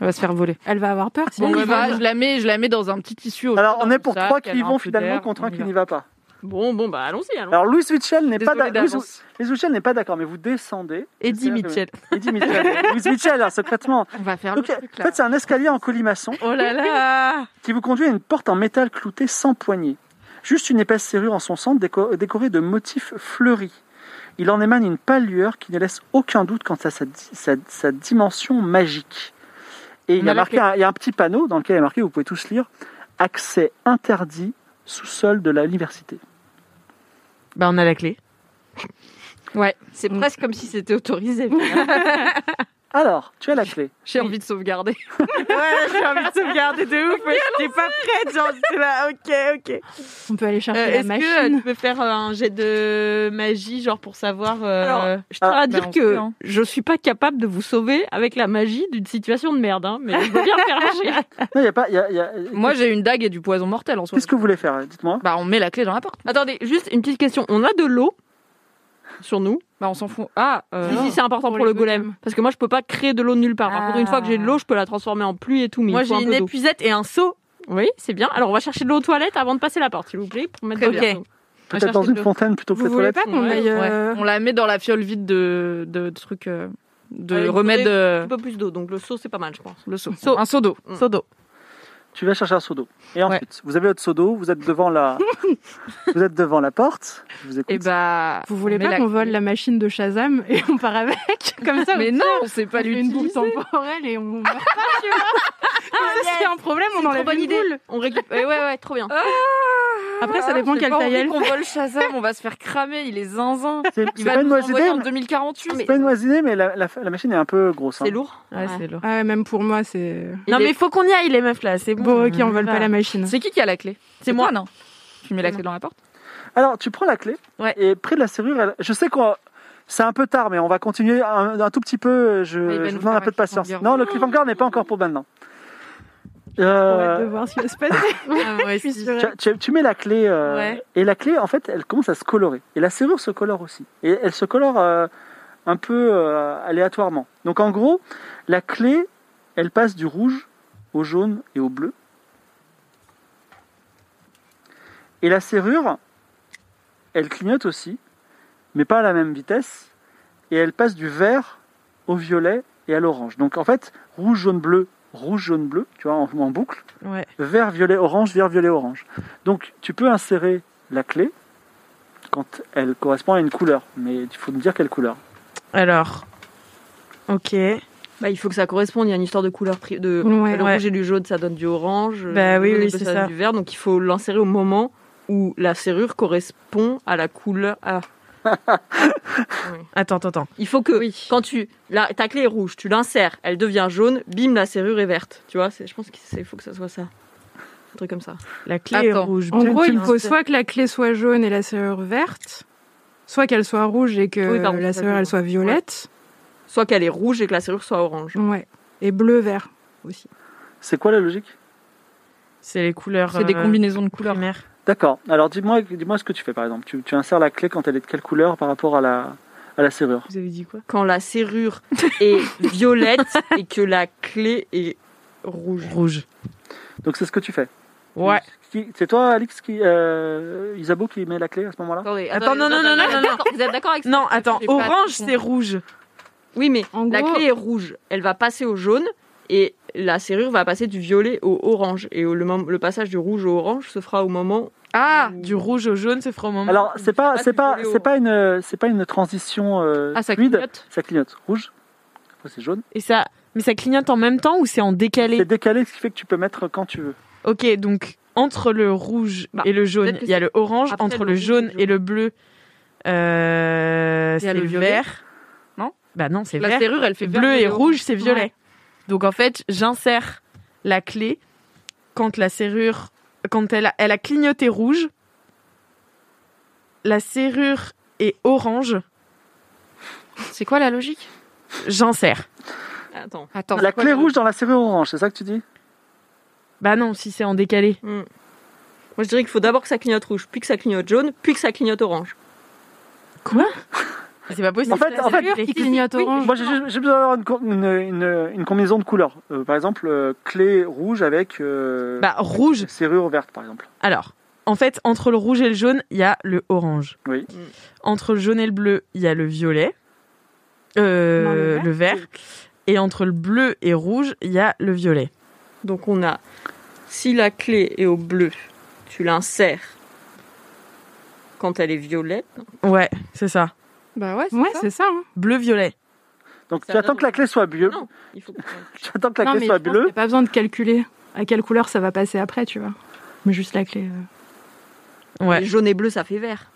S3: Elle va se faire voler.
S4: Elle va avoir peur. si
S3: Bon,
S4: elle
S3: bah,
S4: y
S3: bah,
S4: va.
S3: je la mets, je la mets dans un petit tissu. au
S2: alors
S3: fond
S2: on
S3: d'un
S2: est pour
S3: sac,
S2: trois qui
S3: elle
S2: y
S3: a un
S2: vont
S3: peu
S2: finalement
S3: d'air,
S2: contre
S3: on
S2: un
S3: y
S2: qui
S3: va.
S2: n'y va pas.
S7: Bon, bon, bah allons-y. allons-y.
S2: Alors Louis Mitchell n'est pas
S3: Désolée
S2: d'accord. Louis,
S3: d'avance.
S2: Louis Mitchell n'est pas d'accord, mais vous descendez.
S6: Eddie
S2: C'est-à-dire que-
S6: Mitchell.
S2: Eddie Mitchell. Louis Mitchell, hein, secrètement.
S3: On va faire
S2: Donc,
S3: le
S2: en
S3: truc là.
S2: fait, c'est un escalier en colimaçon
S6: Oh là là
S2: qui vous conduit à une porte en métal cloutée sans poignée. Juste une épaisse serrure en son centre déco- décorée de motifs fleuris. Il en émane une pâle lueur qui ne laisse aucun doute quant à sa, di- sa- sa dimension magique. Et il y, a
S3: a
S2: marqué un, il y a un petit panneau dans lequel il est marqué, vous pouvez tous lire, accès interdit sous-sol de l'université.
S6: Bah, on a la clé.
S7: C'est presque comme si c'était autorisé. hein,
S2: Alors, tu as la clé.
S3: J'ai envie de sauvegarder.
S6: Ouais, j'ai envie de sauvegarder de ouf. J'étais pas prête, genre, j'étais là, ok, ok.
S4: On peut aller chercher la
S6: Euh, Est-ce que euh,
S4: machine.
S6: tu peux faire un jet de magie, genre, pour savoir... euh,
S7: Alors, je
S2: Ah,
S7: tiens à
S3: bah,
S7: Ah, dire
S3: on
S7: que
S3: sait, hein.
S7: je suis pas capable de vous sauver avec la magie d'une situation de merde, hein, mais je veux bien faire un jet.
S2: Non, il y a pas, il y a- il y a-
S3: Moi, j'ai une dague et du poison mortel en soi.
S2: Qu'est-ce que vous voulez faire Dites-moi.
S3: Bah, on met la clé dans la porte.
S7: Attendez, juste une petite question. On a de l'eau sur nous.
S3: Bah, on s'en fout. Ah, euh,
S7: Si, si, c'est important
S4: Pour
S7: pour,
S4: les
S7: le golem. Parce que moi, je peux pas créer de l'eau nulle part. Par contre, une fois que j'ai de l'eau, je peux la transformer en pluie et tout. Mais
S6: Moi,
S7: il faut
S6: j'ai
S7: un
S6: une
S7: peu d'eau.
S6: épuisette et un seau.
S7: Oui, c'est bien. Alors, on va chercher de l'eau aux toilettes avant de passer la porte, s'il vous plaît, pour mettre
S6: Très
S7: de l'eau.
S6: bien.
S7: va
S2: Peut-être dans
S7: chercher
S2: une
S7: de l'eau.
S2: fontaine plutôt que
S4: Vous
S2: les
S4: voulez
S2: toilettes.
S4: pas qu'on
S7: Ouais,
S4: aille. euh,
S3: ouais. on la met dans la fiole vide de, de trucs. euh, de
S7: Avec
S3: remèdes.
S7: des-
S3: euh,
S7: Un peu plus d'eau, donc le seau, c'est pas mal, je pense.
S3: le seau. Un seau d'eau.
S7: Mm.
S6: Seau d'eau.
S2: Tu vas chercher un seau d'eau. Et
S3: Ouais.
S2: ensuite, vous avez votre seau d'eau, vous êtes devant la, vous êtes devant la porte. Je vous écoute.
S3: Et bah.
S4: Vous voulez
S3: on met
S4: pas
S3: la
S4: qu'on vole
S3: clé.
S4: la machine de Shazam et on part avec Comme ça, on
S3: Mais non, on sait pas
S4: fait une
S3: l'utiliser.
S4: boucle temporelle et on meurt pas, tu vois. Comme ça, S'il y a un problème, on enlève une boule.
S7: On récupère. ouais, ouais, trop bien.
S4: Après, ça dépend
S3: Ah, J'ai
S4: quelle
S3: pas
S4: taille
S3: envie
S4: elle
S3: qu'on vole Shazam, on va se faire cramer, il est zinzin.
S2: C'est
S3: Il
S2: c'est
S3: va
S2: pas une
S3: nous
S2: mauvaise idée.
S3: envoyer en
S2: mais-
S3: 2048.
S2: C'est pas une mauvaise idée, mais la, la- la machine est un peu grosse. hein.
S7: C'est lourd.
S6: Ouais,
S7: Ouais.
S6: c'est lourd.
S4: Ah ouais, même pour moi, c'est.
S6: Non, mais faut qu'on y aille, les meufs, là. C'est bon.
S4: Bon, ok, on
S6: y
S4: vole
S6: va.
S4: pas la machine.
S3: C'est qui qui a la clé
S6: C'est moi.
S3: toi, non Tu mets la clé dans la porte
S2: Alors, tu prends la clé
S6: Ouais.
S2: et près de la serrure, elle- je sais qu'on. C'est un peu tard, mais on va continuer un, un tout petit peu. Je,
S3: Mais il va
S2: je
S3: nous
S2: vous demande un
S3: faire
S2: peu de
S3: un
S2: patience.
S3: cliffhanger.
S2: Non, le cliffhanger n'est pas encore pour maintenant.
S4: On
S2: Euh,
S4: va hâte de voir ce qui va se passer.
S6: Ah, ouais, si.
S4: Puisque-
S2: tu, tu- tu mets la clé euh,
S6: Ouais.
S2: et la clé, en fait, elle commence à se colorer. Et la serrure se colore aussi. Et elle se colore euh, un peu euh, aléatoirement. Donc en gros, la clé, elle passe du rouge au jaune et au bleu. Et la serrure, elle clignote aussi, mais pas à la même vitesse. Et elle passe du vert au violet et à l'orange. Donc en fait, rouge, jaune, bleu, rouge, jaune, bleu, tu vois, en- en boucle
S6: Ouais.
S2: vert, violet, orange, vert, violet, orange. Donc tu peux insérer la clé quand elle correspond à une couleur, mais il faut me dire quelle couleur.
S6: Alors. Ok.
S7: Bah, il faut que ça corresponde. Il y a une histoire de couleur. pri- De...
S4: Ouais.
S7: le
S6: Ouais.
S7: rouge et du jaune, ça donne du orange. euh,
S6: Bah
S7: Le
S6: oui,
S7: jaune
S6: oui,
S7: et bleu,
S6: c'est
S7: ça.
S6: ça.
S7: donne du vert. Donc, il faut l'insérer au moment où la serrure correspond à la couleur. à-
S6: Attends, attends, attends.
S7: Il faut que quand tu la, ta clé est rouge, tu l'insères, elle devient jaune, bim, la serrure est verte. Tu vois, c'est- je pense qu'il faut que ça soit ça. Un truc comme ça.
S6: La clé
S3: Attends.
S6: est rouge.
S4: En
S6: bleue,
S4: gros,
S6: tu
S4: il
S6: me-
S4: faut soit que la clé soit jaune et la serrure verte, soit qu'elle soit rouge et que
S7: Oui, pardon,
S4: la
S7: ça,
S4: serrure
S7: je
S4: elle
S7: vois.
S4: soit violette.
S7: Soit qu'elle est rouge et que la serrure soit orange.
S4: Ouais. Et bleu vert.
S2: C'est quoi la logique
S6: C'est les couleurs.
S3: C'est des
S6: euh,
S3: combinaisons de couleurs.
S6: primaires.
S2: D'accord. Alors dis-moi dis-moi ce que tu fais par exemple. Tu, tu insères la clé quand elle est de quelle couleur par rapport à la, à la serrure
S6: Vous avez dit quoi
S7: Quand la serrure est violette et que la clé est rouge.
S6: Rouge.
S2: Donc c'est ce que tu fais.
S6: Ouais.
S2: Qui- C'est toi Alix qui euh, Isabeau qui met la clé à ce moment-là
S7: Attendez,
S6: Attends, non, non, non, non, non, non.
S7: Vous êtes d'accord avec
S6: Non, attends.
S3: J'ai pas
S6: Orange,
S3: compris.
S6: c'est rouge.
S7: Oui, mais
S4: En
S7: la
S4: gros-
S7: clé est rouge. Elle va passer au jaune et la serrure va passer du violet au orange. Et au- le, mom- le passage du rouge au orange se fera au moment.
S6: Ah
S7: Ouh.
S6: Du rouge au jaune, c'est fera au moment.
S2: Alors c'est pas
S7: pas
S2: c'est
S7: du
S2: pas
S7: violet au
S2: c'est pas une c'est pas une transition euh,
S3: Ah, ça
S2: fluide.
S3: clignote
S2: Ça clignote rouge. Après c'est jaune.
S6: Et ça. Mais ça clignote en même temps ou c'est en décalé
S2: C'est décalé, ce qui fait que tu peux mettre quand tu veux.
S6: Ok, donc entre le rouge
S7: Bah,
S6: et le jaune,
S7: peut-être que
S6: il y a
S7: c'est
S6: le orange.
S7: après
S6: Entre
S7: le
S6: le
S7: rouge et
S6: jaune
S7: le
S6: et le bleu, euh, euh,
S3: Il y a
S6: c'est
S3: le violet.
S6: vert.
S3: Non
S6: Bah non, c'est
S3: La
S6: vert.
S3: serrure, elle fait vert,
S6: bleu et
S3: violet,
S6: rouge, c'est violet.
S3: Ouais.
S6: Donc en fait, j'insère la clé quand la serrure, quand elle a, elle a clignoté rouge, la serrure est orange,
S3: C'est quoi la logique
S6: j'insère.
S7: Attends.
S3: Attends.
S2: La clé rouge dans la serrure orange, c'est ça que tu dis
S6: Bah non, si c'est en décalé.
S7: Hmm. Moi, je dirais qu'il faut d'abord que ça clignote rouge, puis que ça clignote jaune, puis que ça clignote orange.
S6: C'est pas possible.
S2: En fait- en fait,
S6: La
S4: Qui
S6: clé.
S4: clignote orange.
S2: Moi, j'ai juste- j'ai besoin d'avoir une, co- une- une- une combinaison de couleurs. Euh, par exemple, euh, clé rouge avec euh,
S6: Bah rouge,
S2: serrure verte, par exemple.
S6: Alors, en fait, entre le rouge et le jaune, il y a le orange.
S2: Oui.
S7: Mm.
S6: Entre le jaune et le bleu, il y a le violet. Euh,
S4: Non, le
S6: le,
S4: vert.
S6: vert. Et entre le bleu et rouge, il y a le violet.
S7: Donc, on a. Si la clé est au bleu, tu l'insères quand elle est violette.
S6: Ouais, c'est ça.
S3: Bah ouais, c'est
S4: Ouais,
S3: ça.
S4: c'est ça. hein.
S6: Bleu-violet.
S2: Donc,
S7: Ça
S2: tu attends
S7: donne-
S2: que la clé soit bleue.
S7: Non, il faut.
S2: Tu attends que la
S4: Non,
S2: clé
S4: mais
S2: soit
S4: je pense qu'il y
S2: bleue.
S4: a pas besoin de calculer à quelle couleur ça va passer après, tu vois. Mais juste la clé. euh.
S6: Ouais.
S7: Et Jaune et bleu, ça fait vert.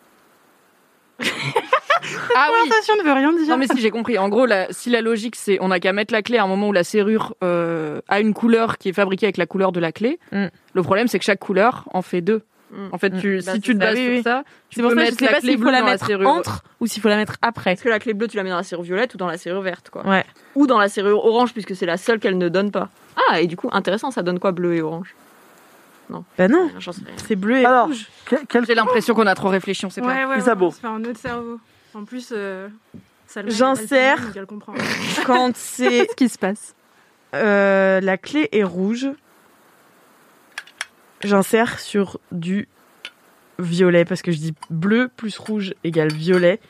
S3: Ah oui
S4: Conversation ne veut rien dire.
S3: Non mais si j'ai compris. En gros, la- si la logique c'est on a qu'à mettre la clé à un moment où la serrure euh, a une couleur qui est fabriquée avec la couleur de la clé.
S6: Mm.
S3: Le problème c'est que chaque couleur en fait deux.
S7: Mm.
S3: En fait,
S6: Mm.
S3: tu,
S6: Bah,
S3: si
S6: c'est
S3: tu te
S6: ça.
S3: bases
S6: Oui,
S3: sur
S6: oui.
S3: ça, tu
S6: C'est pour
S3: peux
S6: ça que je
S3: mettre
S6: sais
S3: la
S6: pas
S3: clé
S6: s'il faut
S3: bleue
S6: la
S3: dans la
S6: mettre
S3: serrure.
S6: entre ou s'il faut la mettre après.
S7: Est-ce que la clé bleue, tu la mets dans la serrure violette ou dans la serrure verte, quoi
S6: Ouais.
S7: Ou dans la serrure orange, puisque c'est la seule qu'elle ne donne pas. Ah, et du coup, intéressant, ça donne quoi, bleu et orange Ah,
S6: Bah non,
S7: J'en sais rien.
S6: c'est bleu et
S2: Alors,
S6: rouge.
S2: que- quelle-
S3: J'ai l'impression qu'on a trop réfléchi, on sait pas.
S4: Ouais, ouais,
S2: Isabeau.
S4: ouais, on se fait un autre cerveau. En plus, euh, Salma, elle
S6: J'insère.
S4: est pas le seul, donc elle comprend.
S6: Quand c'est
S4: Qu'est-ce qui se passe
S6: euh, la clé est rouge, j'insère sur du violet parce que je dis bleu plus rouge égale violet.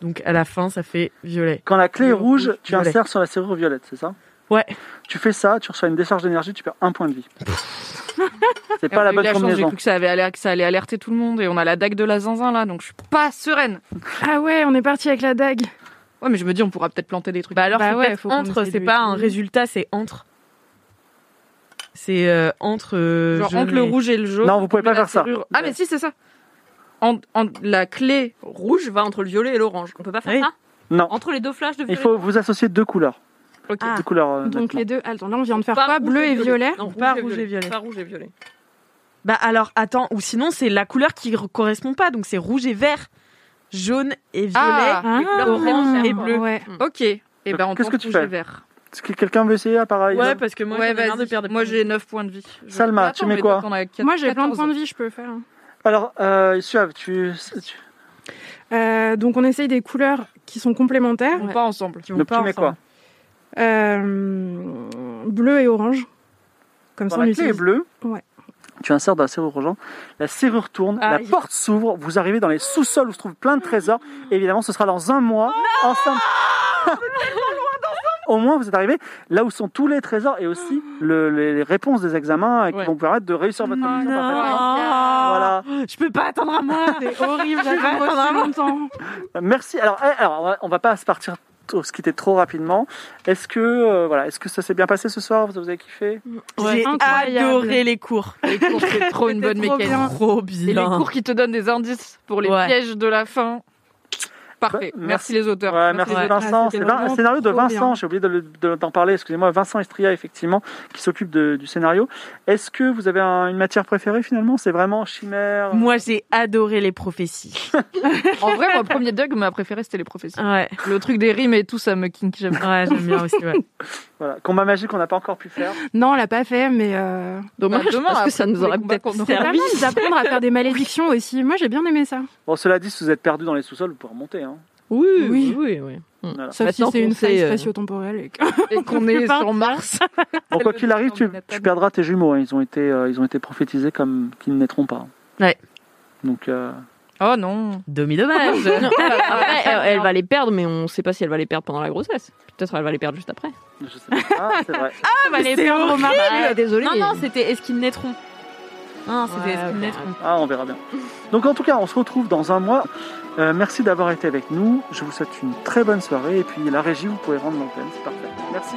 S6: Donc à la fin, ça fait violet.
S2: Quand la clé est
S6: Bleu,
S2: rouge,
S6: rouge,
S2: tu
S6: violet.
S2: insères sur la serrure violette, c'est ça
S6: Ouais.
S2: Tu fais ça, tu reçois une décharge d'énergie, tu perds un point de vie. c'est
S3: Et
S2: pas
S3: on a
S2: la
S3: eu
S2: bonne
S3: chance, J'ai
S2: combinaison.
S3: cru que ça, avait aller- que ça allait alerter tout le monde et on a la dague de la zinzin là, donc je suis pas sereine.
S4: Ah ouais, on est parti avec la dague.
S3: Ouais, mais je me dis, on pourra peut-être planter des trucs.
S6: Bah alors
S4: Bah
S6: c'est
S4: ouais,
S6: peut-être
S4: faut qu'on
S6: entre,
S4: essaie
S6: c'est
S4: de
S6: pas un
S4: l'utiliser.
S6: résultat, c'est entre. C'est euh, entre. euh,
S3: Genre
S6: jaune
S3: entre le
S6: et-
S3: rouge et le jaune.
S2: Non, vous pouvez
S3: on
S2: pas
S3: met la
S2: faire ça.
S3: serrure- Ah, mais si, c'est ça. En, en- la clé.
S7: Rouge va entre le violet et l'orange. On peut pas faire
S6: Oui.
S7: ça
S2: Non,
S7: Entre les deux flashs de
S2: il
S7: violet.
S2: faut vous associer deux couleurs.
S7: Ok.
S2: Deux couleurs. euh,
S4: Donc
S2: nettement.
S4: les deux. Attends, là on vient de faire
S7: Pas
S4: quoi
S7: rouge
S4: Bleu et violet.
S7: Non,
S6: Pas rouge et violet.
S7: Pas rouge et violet.
S6: Bah alors attends, ou sinon c'est la couleur qui re- correspond pas, donc c'est rouge et vert, jaune et violet.
S3: Ah,
S4: Ah,
S6: orange et bleu.
S4: Ouais.
S3: Ok. Et ben, on
S2: Qu'est-ce
S3: tente
S2: que tu
S3: rouge et
S2: fais
S3: vert.
S2: Est-ce que quelqu'un veut essayer à part euh,
S6: ouais,
S2: exemple
S6: parce que moi
S3: ouais,
S6: j'en ai marre de
S3: vas-y.
S6: perdre des
S3: Moi,
S6: points.
S3: j'ai 9 points de vie. Je-
S2: Salma, tu mets
S3: mais
S2: quoi
S3: donc, on a quatre-
S4: Moi j'ai plein de
S3: 14.
S4: points de vie, je peux faire. hein.
S2: Alors, euh, Suave, tu, tu-
S4: Euh, donc on essaye des couleurs qui sont complémentaires.
S3: On part ensemble.
S6: Qui vont
S2: donc
S6: pas
S2: tu mets quoi
S6: ensemble.
S4: Euh, bleu et orange. Comme
S2: Quand
S4: ça on
S2: La clé est
S4: utilise.
S2: bleue.
S4: Ouais.
S2: Tu insères dans la serrure orange. La serrure tourne, la
S3: Aïe.
S2: porte s'ouvre, vous arrivez dans les sous-sols où se trouvent plein de trésors. Et évidemment, ce sera dans un mois. ensemble. Au moins, vous êtes arrivés là où sont tous les trésors et aussi le- les, les réponses des examens euh, qui
S3: Ouais.
S2: vont vous permettre de réussir votre mission. parfaitement. Voilà.
S6: Je peux pas attendre un mois.
S4: Ah, C'est horrible,
S6: Je vais
S4: j'attends
S6: attendre un
S4: aussi
S6: moment.
S4: longtemps.
S2: Merci. Alors, eh, alors, on va- on va pas se partir, tôt- se quitter trop rapidement. Est-ce que, euh, voilà, est-ce que ça s'est bien passé ce soir Vous avez kiffé
S6: J'ai
S4: Incroyable.
S6: adoré les cours.
S3: Les cours, c'est trop une bonne
S6: C'était trop
S3: mécanique.
S6: bien. Trop
S3: Et les
S6: bien.
S3: cours qui te donnent des indices pour les
S6: Ouais.
S3: pièges de la fin. Parfait.
S2: Bah,
S3: merci, les auteurs.
S2: Ouais, merci
S6: Ouais.
S2: Vincent.
S4: Ah,
S2: c'est
S4: c'était
S2: Vin-
S4: vraiment
S2: un scénario de
S4: trop
S2: Vincent,
S4: bien.
S2: j'ai oublié de le- de- d'en parler, excusez-moi, Vincent Estria, effectivement, qui s'occupe de- du scénario. Est-ce que vous avez un- une matière préférée finalement C'est vraiment chimère euh,
S6: Moi j'ai adoré les prophéties.
S3: En vrai, mon premier Doug, ma préférée, c'était les professeurs.
S6: Ouais,
S3: Le truc des rimes et tout, ça me kink. J'aime.
S6: ouais, j'aime bien aussi. Ouais.
S2: Voilà, combat magique qu'on n'a pas encore pu faire.
S4: Non, on l'a pas fait, mais euh,
S3: Dommage,
S7: Dommage,
S3: parce
S7: parce que ça nous aurait peut-être
S4: Bah, c'est pas mal d'apprendre à faire des malédictions aussi. Moi j'ai bien aimé ça.
S2: Bon, cela dit, si vous êtes perdu dans les sous-sols, vous pouvez remonter. hein.
S7: Oui,
S4: Oui.
S7: oui, oui.
S4: Sauf si
S7: Maintenant
S4: c'est
S7: qu'on
S4: une faille
S7: sait, euh,
S4: spatio-temporelle. et que-
S3: Et qu'on est sur Mars.
S6: Ah,
S2: Bon, quoi qu'il arrive, tu,
S3: Manhattan.
S2: tu perdras tes jumeaux. hein. Ils, ont été, euh, ils ont été prophétisés comme qu'ils ne naîtront pas.
S6: Ouais.
S2: Donc, euh,
S3: Oh non.
S6: Demi dommage.
S7: Après, elle, elle va les perdre, mais on sait pas si elle va les perdre pendant la grossesse. Peut-être elle va les perdre juste après.
S2: je sais pas. Ah, c'est vrai.
S6: C'est horrible.
S7: désolée.
S6: Non non, c'était est-ce qu'ils naîtront Non, c'était est-ce qu'ils naîtront.
S2: Ah, on verra bien. Donc, en tout cas, on se retrouve dans un mois. Euh, merci d'avoir été avec nous. Je vous souhaite une très bonne soirée. Et puis, la régie, vous pouvez rendre l'antenne. C'est parfait. Merci.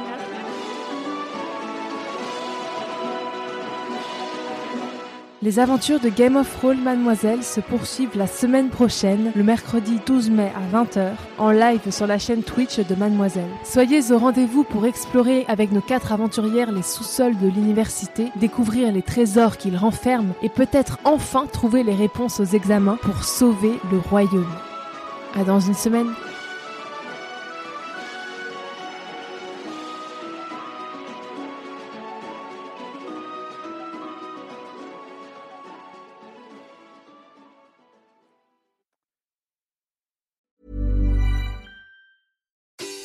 S1: Les aventures de Game of Roll Mademoiselle se poursuivent la semaine prochaine, le mercredi 12 mai à 20h, en live sur la chaîne Twitch de Mademoiselle. Soyez au rendez-vous pour explorer avec nos quatre aventurières les sous-sols de l'université, découvrir les trésors qu'ils renferment et peut-être enfin trouver les réponses aux examens pour sauver le royaume. À dans une semaine.